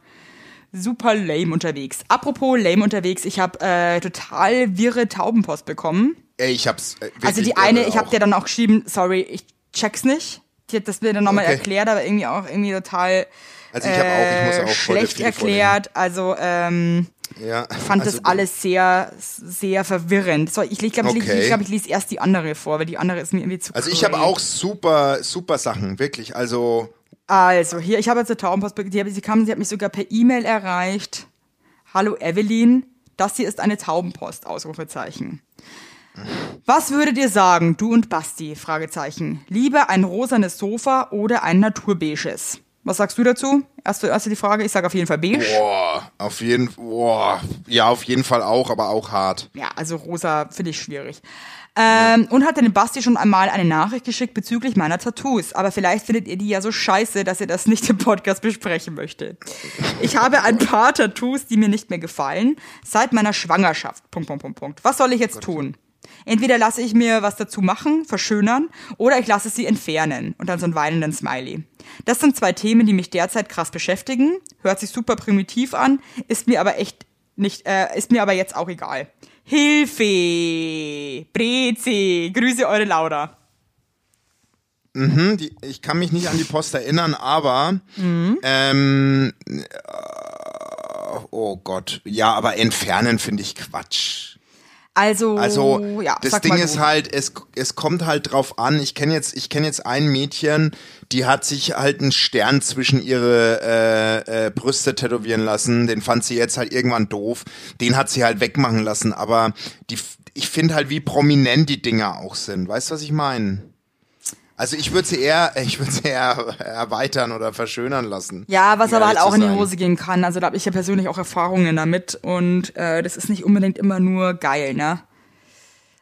[SPEAKER 1] super lame unterwegs. Apropos lame unterwegs, ich habe äh, total wirre Taubenpost bekommen.
[SPEAKER 2] Ey, ich hab's. Äh, wirklich
[SPEAKER 1] Also die
[SPEAKER 2] irre
[SPEAKER 1] eine, ich habe
[SPEAKER 2] auch.
[SPEAKER 1] dir dann auch geschrieben, sorry, ich check's nicht. Die hat das mir dann nochmal
[SPEAKER 2] Okay.
[SPEAKER 1] erklärt, aber irgendwie auch irgendwie total
[SPEAKER 2] Also ich hab auch, ich muss auch
[SPEAKER 1] äh,
[SPEAKER 2] heute
[SPEAKER 1] schlecht
[SPEAKER 2] viel
[SPEAKER 1] erklärt. Also ähm,
[SPEAKER 2] Ja.
[SPEAKER 1] fand
[SPEAKER 2] also,
[SPEAKER 1] das alles sehr, sehr verwirrend. So, ich glaube, ich,
[SPEAKER 2] Okay.
[SPEAKER 1] ich, glaub, ich lese erst die andere vor, weil die andere ist mir irgendwie zu
[SPEAKER 2] Also ich habe
[SPEAKER 1] crazy.
[SPEAKER 2] auch super, super Sachen, wirklich. Also
[SPEAKER 1] Also, hier, ich habe jetzt eine Taubenpost bekommen. Die, hab- sie kam, sie hat mich sogar per E-Mail erreicht. Hallo Evelyn, das hier ist eine Taubenpost, Ausrufezeichen. Was würdet ihr sagen, du und Basti? Fragezeichen. Lieber ein rosanes Sofa oder ein naturbeiges? Was sagst du dazu? Erste, erste die Frage, ich sage auf jeden Fall beige.
[SPEAKER 2] boah, auf jeden, boah, ja, auf jeden Fall auch, aber auch hart.
[SPEAKER 1] Ja, also rosa finde ich schwierig. Ähm, Und hatte dem Basti schon einmal eine Nachricht geschickt bezüglich meiner Tattoos. Aber vielleicht findet ihr die ja so scheiße, dass ihr das nicht im Podcast besprechen möchtet. Ich habe ein paar Tattoos, die mir nicht mehr gefallen, seit meiner Schwangerschaft. Punkt, Punkt, Punkt, Punkt. Was soll ich jetzt tun? Entweder lasse ich mir was dazu machen, verschönern, oder ich lasse sie entfernen. Und dann so einen weinenden Smiley. Das sind zwei Themen, die mich derzeit krass beschäftigen. Hört sich super primitiv an, ist mir aber echt nicht, äh, ist mir aber jetzt auch egal. Hilfe! Brezi! Grüße eure Laura.
[SPEAKER 2] Hm, die, ich kann mich nicht an die Post erinnern, aber ähm, äh, oh Gott, ja, aber entfernen finde ich Quatsch.
[SPEAKER 1] Also,
[SPEAKER 2] Also
[SPEAKER 1] ja,
[SPEAKER 2] das
[SPEAKER 1] sag
[SPEAKER 2] Ding
[SPEAKER 1] mal du.
[SPEAKER 2] ist halt, es, es kommt halt drauf an. Ich kenne jetzt, ich kenne jetzt ein Mädchen, die hat sich halt einen Stern zwischen ihre äh, äh, Brüste tätowieren lassen. Den fand sie jetzt halt irgendwann doof. Den hat sie halt wegmachen lassen. Aber die, f- ich finde halt, wie prominent die Dinger auch sind. Weißt du, was ich meine? Also ich würde sie eher, ich würde sie eher erweitern oder verschönern lassen.
[SPEAKER 1] Ja, was
[SPEAKER 2] um
[SPEAKER 1] aber halt
[SPEAKER 2] ehrlich
[SPEAKER 1] auch
[SPEAKER 2] zu
[SPEAKER 1] in die
[SPEAKER 2] sein.
[SPEAKER 1] Hose gehen kann. Also da habe ich ja persönlich auch Erfahrungen damit und äh, das ist nicht unbedingt immer nur geil, ne?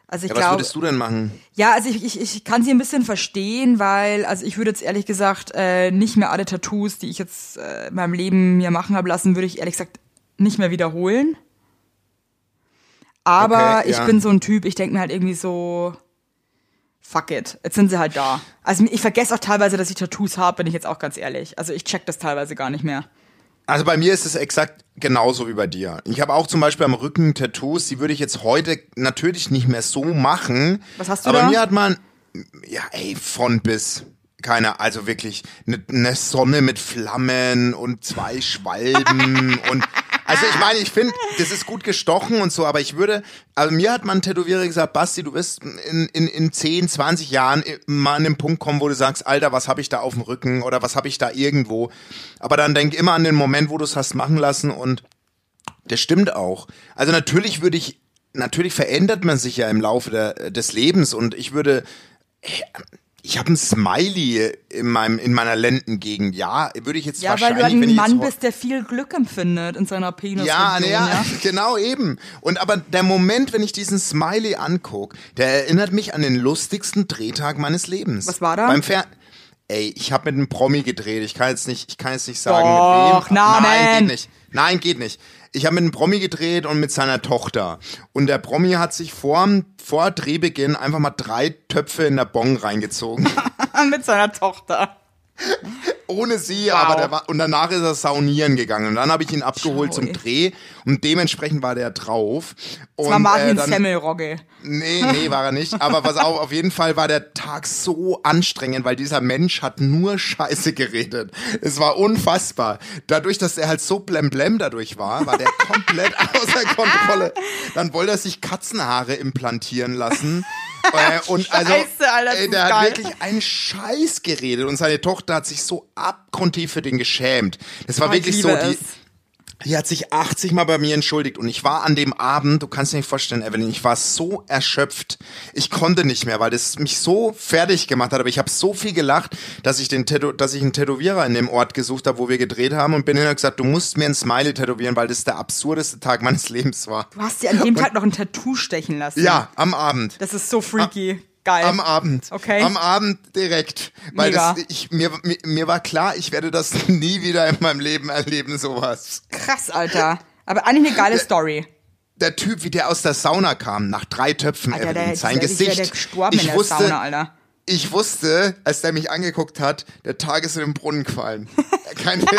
[SPEAKER 1] Also ich
[SPEAKER 2] Ja, was
[SPEAKER 1] glaube.
[SPEAKER 2] würdest du denn machen?
[SPEAKER 1] Ja, also ich, ich, ich kann sie ein bisschen verstehen, weil, also ich würde jetzt ehrlich gesagt äh, nicht mehr alle Tattoos, die ich jetzt äh, in meinem Leben mir machen habe lassen, würde ich ehrlich gesagt nicht mehr wiederholen. Aber
[SPEAKER 2] Okay,
[SPEAKER 1] ich
[SPEAKER 2] ja.
[SPEAKER 1] bin so ein Typ, ich denke mir halt irgendwie so, fuck it, jetzt sind sie halt da. Also ich vergesse auch teilweise, dass ich Tattoos habe, bin ich jetzt auch ganz ehrlich. Also ich check das teilweise gar nicht mehr.
[SPEAKER 2] Also bei mir ist es exakt genauso wie bei dir. Ich habe auch zum Beispiel am Rücken Tattoos, die würde ich jetzt heute natürlich nicht mehr so machen.
[SPEAKER 1] Was hast du
[SPEAKER 2] Aber
[SPEAKER 1] da?
[SPEAKER 2] mir hat man, ja ey, von bis. Keine, also wirklich, eine ne Sonne mit Flammen und zwei Schwalben und, also ich meine, ich finde, das ist gut gestochen und so, aber ich würde, also mir hat man Tätowierer gesagt, Basti, du wirst in, in, in 10, 20 Jahren mal an den Punkt kommen, wo du sagst, Alter, was habe ich da auf dem Rücken oder was habe ich da irgendwo? Aber dann denk immer an den Moment, wo du es hast machen lassen und das stimmt auch. Also natürlich würde ich, natürlich verändert man sich ja im Laufe der, des Lebens und ich würde, ich habe ein Smiley in meinem, in meiner Lendengegend. Ja, würde ich jetzt
[SPEAKER 1] Ja, weil
[SPEAKER 2] wahrscheinlich,
[SPEAKER 1] du halt
[SPEAKER 2] wenn ich
[SPEAKER 1] ein Mann
[SPEAKER 2] jetzt,
[SPEAKER 1] bist, der viel Glück empfindet in seiner Penis.
[SPEAKER 2] ja, ne, ja,
[SPEAKER 1] ja.
[SPEAKER 2] genau eben. Und aber der Moment, wenn ich diesen Smiley angucke, der erinnert mich an den lustigsten Drehtag meines Lebens.
[SPEAKER 1] Was war da?
[SPEAKER 2] Beim Fer Ey, ich habe mit einem Promi gedreht. Ich kann jetzt nicht, ich kann jetzt nicht sagen,
[SPEAKER 1] Doch,
[SPEAKER 2] mit wem.
[SPEAKER 1] Namen.
[SPEAKER 2] Nein, geht nicht. Nein, geht nicht. Ich habe mit einem Promi gedreht und mit seiner Tochter. Und der Promi hat sich vor, vor Drehbeginn einfach mal drei Töpfe in der Bong reingezogen.
[SPEAKER 1] Mit seiner Tochter.
[SPEAKER 2] Ohne sie, aber der war, und danach ist er saunieren gegangen. Und dann habe ich ihn abgeholt
[SPEAKER 1] Schau,
[SPEAKER 2] zum
[SPEAKER 1] ey.
[SPEAKER 2] Dreh und dementsprechend war der drauf. Und,
[SPEAKER 1] Das war Martin
[SPEAKER 2] äh,
[SPEAKER 1] äh,
[SPEAKER 2] dann-
[SPEAKER 1] Semmelrogge.
[SPEAKER 2] Nee, nee, war er nicht. Aber was auch, auf jeden Fall war der Tag so anstrengend, weil dieser Mensch hat nur Scheiße geredet. Es war unfassbar. Dadurch, dass er halt so blemblem dadurch war, war der komplett außer Kontrolle. Dann wollte er sich Katzenhaare implantieren lassen. Äh, und also,
[SPEAKER 1] Scheiße, Alter, das
[SPEAKER 2] ey,
[SPEAKER 1] ist
[SPEAKER 2] der hat
[SPEAKER 1] geil.
[SPEAKER 2] wirklich einen Scheiß geredet und seine Tochter hat sich so abgrundtief für den geschämt. Das war
[SPEAKER 1] Oh, ich
[SPEAKER 2] wirklich so,
[SPEAKER 1] liebe
[SPEAKER 2] die,
[SPEAKER 1] es.
[SPEAKER 2] die hat sich 80 Mal bei mir entschuldigt und ich war an dem Abend, du kannst dir nicht vorstellen, Evelyn, ich war so erschöpft. Ich konnte nicht mehr, weil das mich so fertig gemacht hat, aber ich habe so viel gelacht, dass ich den Tätow dass ich einen Tätowierer in dem Ort gesucht habe, wo wir gedreht haben und bin hin und gesagt, du musst mir ein Smiley tätowieren, weil das der absurdeste Tag meines Lebens war.
[SPEAKER 1] Du hast dir an dem Tag noch ein Tattoo stechen lassen.
[SPEAKER 2] Ja, am Abend.
[SPEAKER 1] Das ist so freaky. Geil.
[SPEAKER 2] Am Abend.
[SPEAKER 1] Okay.
[SPEAKER 2] Am Abend direkt. Weil
[SPEAKER 1] Mega.
[SPEAKER 2] das, ich, mir, mir, mir war klar, ich werde das nie wieder in meinem Leben erleben, sowas.
[SPEAKER 1] Krass, Alter. Aber eigentlich eine
[SPEAKER 2] Äh,
[SPEAKER 1] geile Story.
[SPEAKER 2] der Typ, wie der aus der Sauna kam, nach drei Töpfen,
[SPEAKER 1] Alter,
[SPEAKER 2] Alter,
[SPEAKER 1] der-
[SPEAKER 2] Evelyn, sein
[SPEAKER 1] der- ich wär
[SPEAKER 2] Gesicht.
[SPEAKER 1] der gestorben in
[SPEAKER 2] ich
[SPEAKER 1] der
[SPEAKER 2] wusste,
[SPEAKER 1] Sauna, Alter.
[SPEAKER 2] Ich wusste, als der mich angeguckt hat, der Tag ist in den Brunnen gefallen. Kein Witz.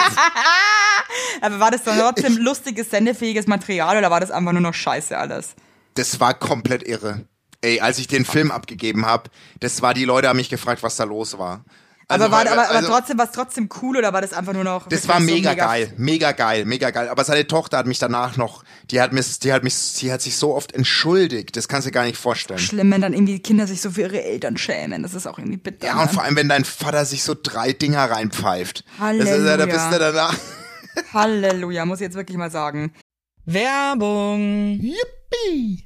[SPEAKER 1] Aber war das dann trotzdem lustiges, sendefähiges Material oder war das einfach nur noch scheiße alles?
[SPEAKER 2] Das war komplett irre. Ey, als ich den Film abgegeben habe, das war, die Leute haben mich gefragt, was da los war. Also,
[SPEAKER 1] aber war,
[SPEAKER 2] weil-
[SPEAKER 1] aber, aber
[SPEAKER 2] also,
[SPEAKER 1] trotzdem, war es trotzdem cool oder war das einfach nur noch.
[SPEAKER 2] Das
[SPEAKER 1] wirklich
[SPEAKER 2] war
[SPEAKER 1] so
[SPEAKER 2] mega geil, mega geil, mega geil. Aber seine Tochter hat mich danach noch, die hat mich, die hat mich, die hat sich so oft entschuldigt. Das kannst du dir gar nicht vorstellen.
[SPEAKER 1] Schlimm, wenn dann irgendwie die Kinder sich so für ihre Eltern schämen. Das ist auch irgendwie bitter.
[SPEAKER 2] Ja, und
[SPEAKER 1] ne?
[SPEAKER 2] vor allem, wenn dein Vater sich so drei Dinger reinpfeift. Das ist ja,
[SPEAKER 1] Halleluja.
[SPEAKER 2] da bist du danach.
[SPEAKER 1] Halleluja, muss ich jetzt wirklich mal sagen.
[SPEAKER 3] Werbung.
[SPEAKER 5] Yippie!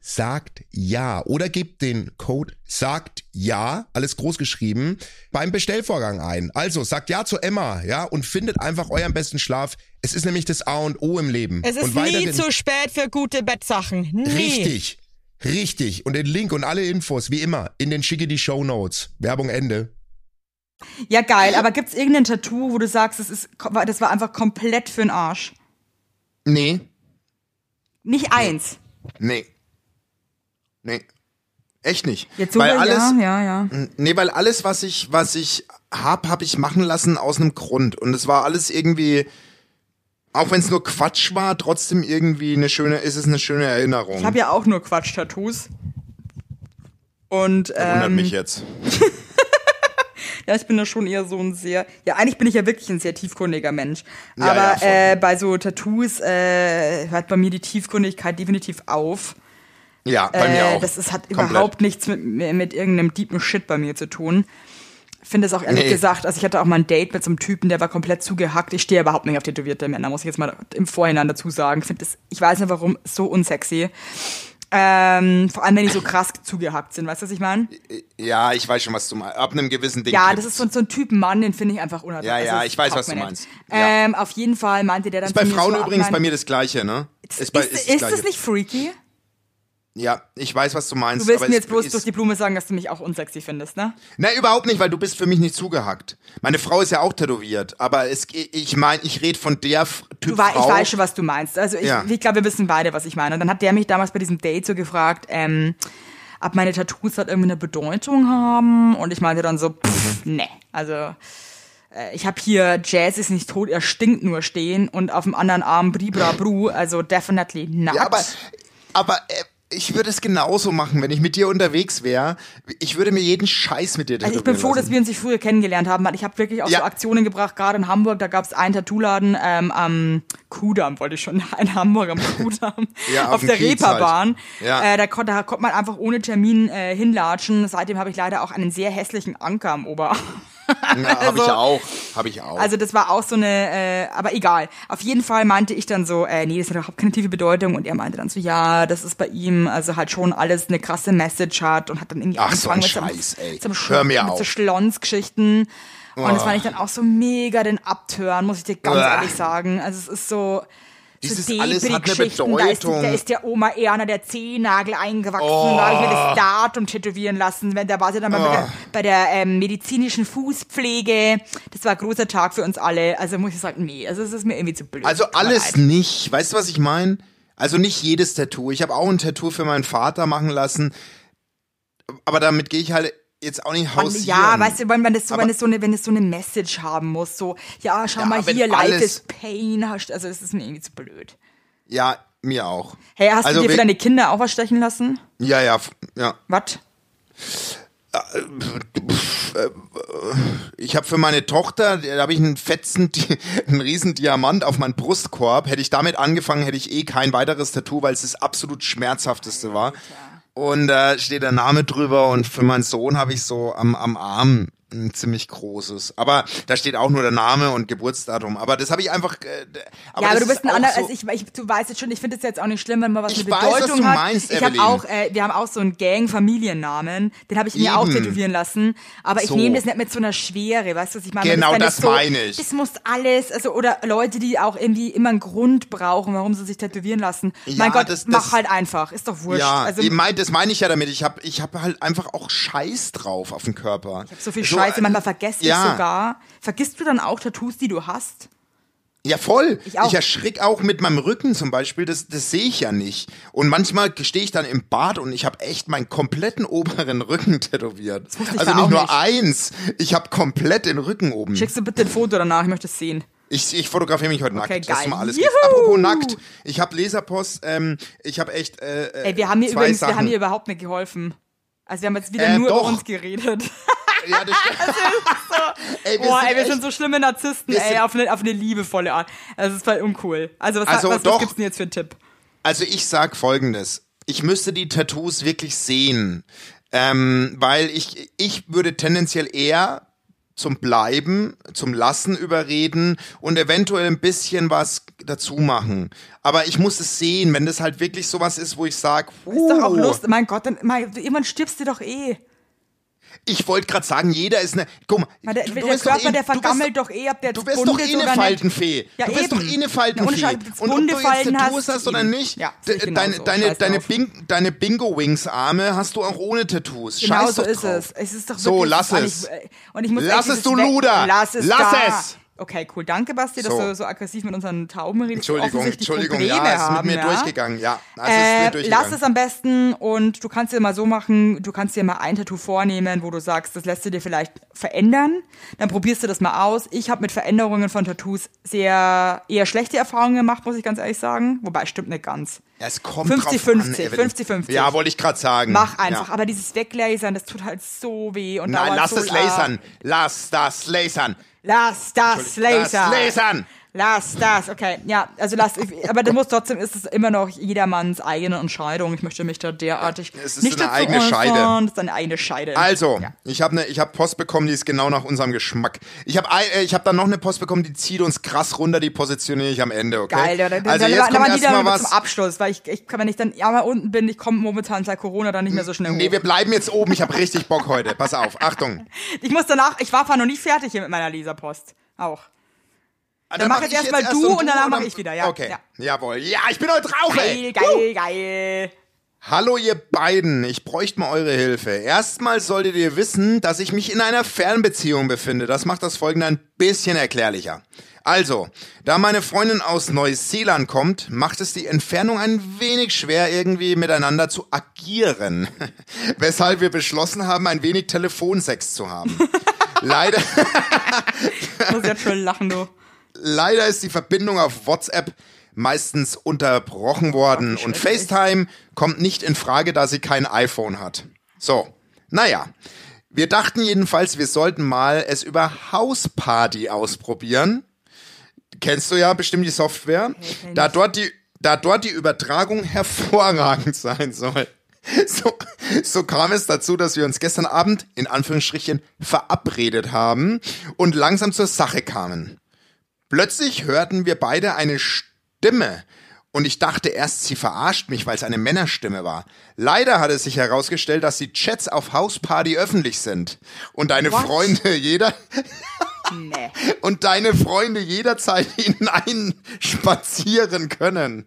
[SPEAKER 4] sagt ja oder gebt den Code sagt ja, alles groß geschrieben, beim Bestellvorgang ein. Also sagt ja zu Emma, ja, und findet einfach euren besten Schlaf. Es ist nämlich das A und O im Leben.
[SPEAKER 3] Es ist
[SPEAKER 4] und
[SPEAKER 3] nie
[SPEAKER 4] weiterhin-
[SPEAKER 3] zu spät für gute Bettsachen. Nie.
[SPEAKER 4] Richtig. Richtig. Und den Link und alle Infos, wie immer, in den schicke die Show Notes. Werbung Ende.
[SPEAKER 1] Ja, geil, aber gibt's irgendein Tattoo, wo du sagst, das, ist, das war einfach komplett für den Arsch?
[SPEAKER 2] Nee,
[SPEAKER 1] Nicht eins.
[SPEAKER 2] nee. Nee. Echt nicht.
[SPEAKER 1] Jetzt so
[SPEAKER 2] weil alles,
[SPEAKER 1] ja, ja, ja.
[SPEAKER 2] Nee, weil alles, was ich, was ich hab, hab ich machen lassen aus einem Grund. Und es war alles irgendwie, auch wenn es nur Quatsch war, trotzdem irgendwie eine schöne, ist es eine schöne Erinnerung.
[SPEAKER 1] Ich habe ja auch nur Quatsch-Tattoos. Und
[SPEAKER 2] Wundert
[SPEAKER 1] ähm,
[SPEAKER 2] mich jetzt.
[SPEAKER 1] ja, ich bin da schon eher so ein sehr. Ja, eigentlich bin ich ja wirklich ein sehr tiefgründiger Mensch.
[SPEAKER 2] Ja, ja,
[SPEAKER 1] Aber
[SPEAKER 2] voll.
[SPEAKER 1] äh, bei so Tattoos äh, hört bei mir die Tiefgründigkeit definitiv auf.
[SPEAKER 2] Ja, bei mir
[SPEAKER 1] Äh,
[SPEAKER 2] auch.
[SPEAKER 1] Das ist, hat
[SPEAKER 2] Komplett.
[SPEAKER 1] überhaupt nichts mit, mit irgendeinem deepen Shit bei mir zu tun. Finde es auch ehrlich
[SPEAKER 2] Nee.
[SPEAKER 1] gesagt, also ich hatte auch mal ein Date mit so einem Typen, der war komplett zugehackt. Ich stehe überhaupt nicht auf tätowierte Männer, muss ich jetzt mal im Vorhinein dazu sagen. Ich, finde das, ich weiß nicht warum, so unsexy. Ähm, vor allem, wenn die so krass zugehackt sind, weißt du, was ich meine?
[SPEAKER 2] Ja, ich weiß schon, was du meinst. Ab einem gewissen Ding.
[SPEAKER 1] Ja,
[SPEAKER 2] kippt's.
[SPEAKER 1] das ist so, so ein Typ Mann, den finde ich einfach unattraktiv.
[SPEAKER 2] Ja, ja,
[SPEAKER 1] Also, das
[SPEAKER 2] ich weiß,
[SPEAKER 1] taugt
[SPEAKER 2] was
[SPEAKER 1] mir
[SPEAKER 2] du
[SPEAKER 1] nicht.
[SPEAKER 2] meinst. Ja.
[SPEAKER 1] Ähm, auf jeden Fall meinte der dann
[SPEAKER 2] Ist bei
[SPEAKER 1] zu mir
[SPEAKER 2] Frauen
[SPEAKER 1] so, ach,
[SPEAKER 2] übrigens
[SPEAKER 1] mein-
[SPEAKER 2] bei mir das Gleiche, ne?
[SPEAKER 1] Ist,
[SPEAKER 2] bei,
[SPEAKER 1] ist, ist das
[SPEAKER 2] Gleiche.
[SPEAKER 1] nicht freaky?
[SPEAKER 2] Ja, ich weiß, was du meinst.
[SPEAKER 1] Du willst
[SPEAKER 2] aber
[SPEAKER 1] mir
[SPEAKER 2] es
[SPEAKER 1] jetzt bloß
[SPEAKER 2] ist,
[SPEAKER 1] durch die Blume sagen, dass du mich auch unsexy findest, ne?
[SPEAKER 2] Nein, überhaupt nicht, weil du bist für mich nicht zugehackt. Meine Frau ist ja auch tätowiert, aber es, ich meine, ich rede von der F- Typ
[SPEAKER 1] Du wei ich
[SPEAKER 2] Frau.
[SPEAKER 1] weiß schon, was du meinst. Also ich,
[SPEAKER 2] Ja.
[SPEAKER 1] ich glaube, wir wissen beide, was ich meine. Und dann hat der mich damals bei diesem Date so gefragt, ähm, ob meine Tattoos halt irgendwie eine Bedeutung haben. Und ich meinte dann so, pff,
[SPEAKER 2] Mhm.
[SPEAKER 1] ne. Also äh, ich habe hier Jazz ist nicht tot, er stinkt nur stehen und auf dem anderen Arm Bribra Bru, also definitely not.
[SPEAKER 2] Ja, aber, aber äh, ich würde es genauso machen, wenn ich mit dir unterwegs wäre. Ich würde mir jeden Scheiß mit dir
[SPEAKER 1] also
[SPEAKER 2] tätowieren
[SPEAKER 1] ich bin froh, dass
[SPEAKER 2] lassen.
[SPEAKER 1] wir uns nicht früher kennengelernt haben, weil ich habe wirklich auch
[SPEAKER 2] Ja.
[SPEAKER 1] so Aktionen gebracht, gerade in Hamburg, da gab es einen Tattooladen ähm, am Kudamm, wollte ich schon, in Hamburg am Kudamm,
[SPEAKER 2] Ja, auf
[SPEAKER 1] auf,
[SPEAKER 2] dem
[SPEAKER 1] der
[SPEAKER 2] Kiez halt.
[SPEAKER 1] Reeperbahn.
[SPEAKER 2] Ja.
[SPEAKER 1] Äh, da, konnte, da konnte man einfach ohne Termin äh, hinlatschen. Seitdem habe ich leider auch einen sehr hässlichen Anker am Oberarm.
[SPEAKER 2] Ja, hab ich
[SPEAKER 1] also-
[SPEAKER 2] ja auch. Hab ich auch.
[SPEAKER 1] Also das war auch so eine, äh, aber egal. Auf jeden Fall meinte ich dann so, äh, nee, das hat überhaupt keine tiefe Bedeutung. Und er meinte dann so, ja, das ist bei ihm, also halt schon alles eine krasse Message hat und hat dann irgendwie
[SPEAKER 2] Ach, so ein
[SPEAKER 1] angefangen mit
[SPEAKER 2] Scheiß,
[SPEAKER 1] so,
[SPEAKER 2] ey.
[SPEAKER 1] mit so, einem Sch-
[SPEAKER 2] Hör
[SPEAKER 1] mit
[SPEAKER 2] mir auf. Ah.
[SPEAKER 1] so Schlons-Geschichten. Und das fand ich dann auch so mega den Abtören, muss ich dir ganz
[SPEAKER 2] Uah.
[SPEAKER 1] ehrlich sagen. Also es ist so,
[SPEAKER 2] Dieses
[SPEAKER 1] so
[SPEAKER 2] alles hat eine
[SPEAKER 1] Debris-Geschichten, Da ist,
[SPEAKER 2] Bedeutung.
[SPEAKER 1] da ist der Oma Erna der Zehennagel eingewachsen. Da habe ich mir
[SPEAKER 2] Oh.
[SPEAKER 1] das Datum tätowieren lassen. Wenn, da war sie dann mal bei der, bei der ähm, medizinischen Fußpflege. Das war ein großer Tag für uns alle. Also muss ich sagen, nee, also es ist mir irgendwie zu blöd.
[SPEAKER 2] Also
[SPEAKER 1] Tut mir
[SPEAKER 2] alles
[SPEAKER 1] leid.
[SPEAKER 2] nicht. Weißt du, was ich meine? Also nicht jedes Tattoo. Ich habe auch ein Tattoo für meinen Vater machen lassen. Aber damit gehe ich halt jetzt auch nicht
[SPEAKER 1] Man,
[SPEAKER 2] hausieren.
[SPEAKER 1] ja, weißt du, wenn man das so, wenn
[SPEAKER 2] Aber-
[SPEAKER 1] es so eine, wenn es so eine Message haben muss, so, ja, schau
[SPEAKER 2] Ja,
[SPEAKER 1] mal
[SPEAKER 2] wenn
[SPEAKER 1] hier, Life
[SPEAKER 2] alles-
[SPEAKER 1] is Pain, hast- also es ist mir irgendwie zu blöd.
[SPEAKER 2] Ja, mir auch.
[SPEAKER 1] Hey, hast
[SPEAKER 2] Also
[SPEAKER 1] du dir für
[SPEAKER 2] we-
[SPEAKER 1] deine Kinder auch was stechen lassen?
[SPEAKER 2] Ja, ja, f- ja.
[SPEAKER 1] Was?
[SPEAKER 2] Ich habe für meine Tochter, da habe ich einen fetzen, Di- einen riesen Diamant auf meinen Brustkorb. Hätte ich damit angefangen, hätte ich eh kein weiteres Tattoo, weil es das absolut schmerzhafteste war. Und da steht der Name drüber und für meinen Sohn habe ich so am, am Arm ein ziemlich großes. Aber da steht auch nur der Name und Geburtsdatum. Aber das habe ich einfach. Äh, d-
[SPEAKER 1] ja, aber
[SPEAKER 2] das
[SPEAKER 1] du bist
[SPEAKER 2] ist
[SPEAKER 1] ein
[SPEAKER 2] auch
[SPEAKER 1] anderer,
[SPEAKER 2] so-
[SPEAKER 1] also ich, ich, du weißt jetzt schon, ich finde es jetzt auch nicht schlimm, wenn man was
[SPEAKER 2] Ich
[SPEAKER 1] mit
[SPEAKER 2] weiß, was
[SPEAKER 1] Bedeutung
[SPEAKER 2] du
[SPEAKER 1] hat.
[SPEAKER 2] meinst,
[SPEAKER 1] ich habe
[SPEAKER 2] Evelyn.
[SPEAKER 1] auch, äh, wir haben auch so einen Gang-Familiennamen, den habe ich mir auch
[SPEAKER 2] Eben.
[SPEAKER 1] tätowieren lassen, aber ich
[SPEAKER 2] So.
[SPEAKER 1] nehme das nicht mit so einer Schwere, weißt du, was ich meine? ist
[SPEAKER 2] Genau
[SPEAKER 1] dann
[SPEAKER 2] das
[SPEAKER 1] nicht so,
[SPEAKER 2] meine ich.
[SPEAKER 1] Das muss alles, also, oder Leute, die auch irgendwie immer einen Grund brauchen, warum sie sich tätowieren lassen.
[SPEAKER 2] Ja,
[SPEAKER 1] mein Gott,
[SPEAKER 2] das-
[SPEAKER 1] mach
[SPEAKER 2] das-
[SPEAKER 1] halt einfach, ist doch wurscht.
[SPEAKER 2] Ja,
[SPEAKER 1] also,
[SPEAKER 2] ich mein, das meine ich ja damit. Ich habe ich hab halt einfach auch Scheiß drauf auf den Körper. Ich
[SPEAKER 1] hab so viel Scheiße, manchmal vergesse ich
[SPEAKER 2] äh, ja.
[SPEAKER 1] sogar. Vergisst du dann auch Tattoos, die du hast?
[SPEAKER 2] Ja, voll.
[SPEAKER 1] Ich
[SPEAKER 2] Ich,
[SPEAKER 1] auch.
[SPEAKER 2] erschrick auch mit meinem Rücken zum Beispiel, das, das sehe ich ja nicht. Und manchmal stehe ich dann im Bad und ich habe echt meinen kompletten oberen Rücken tätowiert.
[SPEAKER 1] wusste ich
[SPEAKER 2] also
[SPEAKER 1] ja auch
[SPEAKER 2] nicht nur
[SPEAKER 1] nicht.
[SPEAKER 2] eins, ich habe komplett den Rücken oben.
[SPEAKER 1] Schickst du bitte ein Foto danach, ich möchte es sehen.
[SPEAKER 2] Ich, ich fotografiere mich heute
[SPEAKER 1] Okay,
[SPEAKER 2] nackt. Das ist
[SPEAKER 1] geil.
[SPEAKER 2] mal alles
[SPEAKER 1] Juhu!
[SPEAKER 2] geht's. Apropos nackt, ich habe Leserpost, ähm, ich habe echt äh, äh,
[SPEAKER 1] Ey, wir haben hier
[SPEAKER 2] zwei
[SPEAKER 1] übrigens, wir
[SPEAKER 2] Sachen.
[SPEAKER 1] haben hier überhaupt nicht geholfen. Also wir haben jetzt wieder
[SPEAKER 2] Äh,
[SPEAKER 1] nur
[SPEAKER 2] doch.
[SPEAKER 1] über uns geredet.
[SPEAKER 2] ja, das ey, wir
[SPEAKER 1] Boah,
[SPEAKER 2] sind
[SPEAKER 1] ey, wir
[SPEAKER 2] echt-
[SPEAKER 1] sind so schlimme Narzissten,
[SPEAKER 2] wir
[SPEAKER 1] ey,
[SPEAKER 2] sind-
[SPEAKER 1] auf eine, auf eine liebevolle Art. Also es ist voll uncool. Also was,
[SPEAKER 2] Also
[SPEAKER 1] was, was
[SPEAKER 2] doch.
[SPEAKER 1] gibt's denn jetzt für einen Tipp?
[SPEAKER 2] Also ich sag folgendes. Ich müsste die Tattoos wirklich sehen. Ähm, weil ich, ich würde tendenziell eher zum Bleiben, zum Lassen überreden und eventuell ein bisschen was dazu machen. Aber ich muss es sehen, wenn das halt wirklich sowas ist, wo ich sag,
[SPEAKER 1] Ist doch auch
[SPEAKER 2] "Uh,
[SPEAKER 1] Lust. Mein Gott, dann, mein, irgendwann stirbst du doch eh.
[SPEAKER 2] ich wollte gerade sagen, jeder ist eine. Guck mal,
[SPEAKER 1] Weil der
[SPEAKER 2] du,
[SPEAKER 1] der
[SPEAKER 2] du bist doch
[SPEAKER 1] Körper,
[SPEAKER 2] eh-
[SPEAKER 1] der
[SPEAKER 2] du bist-
[SPEAKER 1] vergammelt doch eh, ob der jetzt
[SPEAKER 2] Du bist
[SPEAKER 1] bunt
[SPEAKER 2] doch
[SPEAKER 1] ist
[SPEAKER 2] eh eine
[SPEAKER 1] oder nicht.
[SPEAKER 2] Faltenfee.
[SPEAKER 1] Ja,
[SPEAKER 2] du bist
[SPEAKER 1] eben.
[SPEAKER 2] doch eh eine
[SPEAKER 1] Ja,
[SPEAKER 2] Faltenfee.
[SPEAKER 1] ohne Scheiß,
[SPEAKER 2] und ob
[SPEAKER 1] Hunde
[SPEAKER 2] du jetzt
[SPEAKER 1] fallen
[SPEAKER 2] Tattoos
[SPEAKER 1] hast,
[SPEAKER 2] hast oder
[SPEAKER 1] eben.
[SPEAKER 2] nicht,
[SPEAKER 1] Ja, sehe
[SPEAKER 2] de-
[SPEAKER 1] ich genauso.
[SPEAKER 2] deine, deine,
[SPEAKER 1] Scheiß
[SPEAKER 2] deine,
[SPEAKER 1] drauf.
[SPEAKER 2] Bing, deine Bingo-Wings-Arme hast du auch ohne Tattoos.
[SPEAKER 1] Genau
[SPEAKER 2] Scheiß
[SPEAKER 1] so
[SPEAKER 2] doch
[SPEAKER 1] ist
[SPEAKER 2] drauf.
[SPEAKER 1] es. Es ist doch
[SPEAKER 2] So,
[SPEAKER 1] wirklich- äh,
[SPEAKER 2] lass
[SPEAKER 1] und
[SPEAKER 2] es.
[SPEAKER 1] Ich, und ich muss
[SPEAKER 2] Lass
[SPEAKER 1] echt
[SPEAKER 2] es,
[SPEAKER 1] dieses
[SPEAKER 2] du
[SPEAKER 1] weg-
[SPEAKER 2] Luder.
[SPEAKER 1] Lass es.
[SPEAKER 2] Lass
[SPEAKER 1] da.
[SPEAKER 2] es.
[SPEAKER 1] Okay, cool. Danke, Basti, dass
[SPEAKER 2] So.
[SPEAKER 1] du so aggressiv mit unseren Tauben redest. die
[SPEAKER 2] Entschuldigung,
[SPEAKER 1] offensichtlich
[SPEAKER 2] Entschuldigung,
[SPEAKER 1] Probleme
[SPEAKER 2] ja, ist mit
[SPEAKER 1] haben,
[SPEAKER 2] mir
[SPEAKER 1] ja?
[SPEAKER 2] durchgegangen. Ja, also ist
[SPEAKER 1] Äh,
[SPEAKER 2] mir durchgegangen.
[SPEAKER 1] lass es am besten und du kannst dir mal so machen, du kannst dir mal ein Tattoo vornehmen, wo du sagst, das lässt du dir vielleicht verändern. Dann probierst du das mal aus. Ich habe mit Veränderungen von Tattoos sehr eher schlechte Erfahrungen gemacht, muss ich ganz ehrlich sagen. Wobei stimmt nicht ganz.
[SPEAKER 2] Ja, es kommt
[SPEAKER 1] 50,
[SPEAKER 2] drauf an,
[SPEAKER 1] 50,
[SPEAKER 2] Evelyn.
[SPEAKER 1] 50, 50.
[SPEAKER 2] Ja, wollte ich gerade sagen.
[SPEAKER 1] Mach einfach.
[SPEAKER 2] Ja.
[SPEAKER 1] Aber dieses Weglasern, das tut halt so weh. Und
[SPEAKER 2] Nein,
[SPEAKER 1] dauert
[SPEAKER 2] lass
[SPEAKER 1] so
[SPEAKER 2] es
[SPEAKER 1] lang.
[SPEAKER 2] lasern. Lass das lasern.
[SPEAKER 1] Lass das
[SPEAKER 2] Entschuldigung, lass
[SPEAKER 1] lasern.
[SPEAKER 2] lasern.
[SPEAKER 1] Lass das, okay. Ja, also lass, ich- aber das muss trotzdem, ist es immer noch jedermanns eigene Entscheidung. Ich möchte mich da derartig
[SPEAKER 2] Es ist
[SPEAKER 1] nicht
[SPEAKER 2] eine
[SPEAKER 1] dazu
[SPEAKER 2] eigene
[SPEAKER 1] äußern.
[SPEAKER 2] Scheide.
[SPEAKER 1] Das ist eine eigene Scheide.
[SPEAKER 2] Also,
[SPEAKER 1] Ja.
[SPEAKER 2] ich habe ne, ich hab Post bekommen, die ist genau nach unserem Geschmack. Ich habe äh, ich hab dann noch eine Post bekommen, die zieht uns krass runter, die positioniere ich am Ende, okay?
[SPEAKER 1] Geil, da, da,
[SPEAKER 2] also
[SPEAKER 1] da, da,
[SPEAKER 2] jetzt
[SPEAKER 1] da
[SPEAKER 2] kommt
[SPEAKER 1] waren die dann
[SPEAKER 2] erstmal
[SPEAKER 1] was zum
[SPEAKER 2] was.
[SPEAKER 1] Abschluss, weil ich, ich kann, wenn ich dann ja mal unten bin, ich komme momentan seit Corona dann nicht mehr so schnell
[SPEAKER 2] Nee,
[SPEAKER 1] hoch.
[SPEAKER 2] wir bleiben jetzt oben, ich habe richtig Bock heute. Pass auf, Achtung.
[SPEAKER 1] Ich muss danach, ich war zwar noch nie fertig hier mit meiner Leserpost. Auch.
[SPEAKER 2] Dann,
[SPEAKER 1] mach
[SPEAKER 2] mach
[SPEAKER 1] jetzt
[SPEAKER 2] ich
[SPEAKER 1] erst mal
[SPEAKER 2] erst
[SPEAKER 1] du und danach mach
[SPEAKER 2] dann-
[SPEAKER 1] ich wieder, ja,
[SPEAKER 2] Okay,
[SPEAKER 1] ja.
[SPEAKER 2] jawohl. Ja, ich bin heute drauf,
[SPEAKER 1] Geil,
[SPEAKER 2] ey.
[SPEAKER 1] geil, geil.
[SPEAKER 2] Hallo ihr beiden, ich bräuchte mal eure Hilfe. Erstmal solltet ihr wissen, dass ich mich in einer Fernbeziehung befinde. Das macht das Folgende ein bisschen erklärlicher. Also, da meine Freundin aus Neuseeland kommt, macht es die Entfernung ein wenig schwer, irgendwie miteinander zu agieren. Weshalb wir beschlossen haben, ein wenig Telefonsex zu haben. Leider,
[SPEAKER 1] Ich muss jetzt schon lachen, du.
[SPEAKER 2] leider ist die Verbindung auf WhatsApp meistens unterbrochen worden und FaceTime kommt nicht in Frage, da sie kein iPhone hat. So, naja. Wir dachten jedenfalls, wir sollten mal es über Hausparty ausprobieren. Kennst du ja bestimmt die Software. Da dort die, da dort die Übertragung hervorragend sein soll. So, so kam es dazu, dass wir uns gestern Abend in Anführungsstrichen verabredet haben und langsam zur Sache kamen. Plötzlich hörten wir beide eine Stimme und ich dachte erst, sie verarscht mich, weil es eine Männerstimme war. Leider hat es sich herausgestellt, dass die Chats auf Hausparty öffentlich sind und deine
[SPEAKER 1] What?
[SPEAKER 2] Freunde jeder
[SPEAKER 1] Nee.
[SPEAKER 2] und deine Freunde jederzeit hineinspazieren können.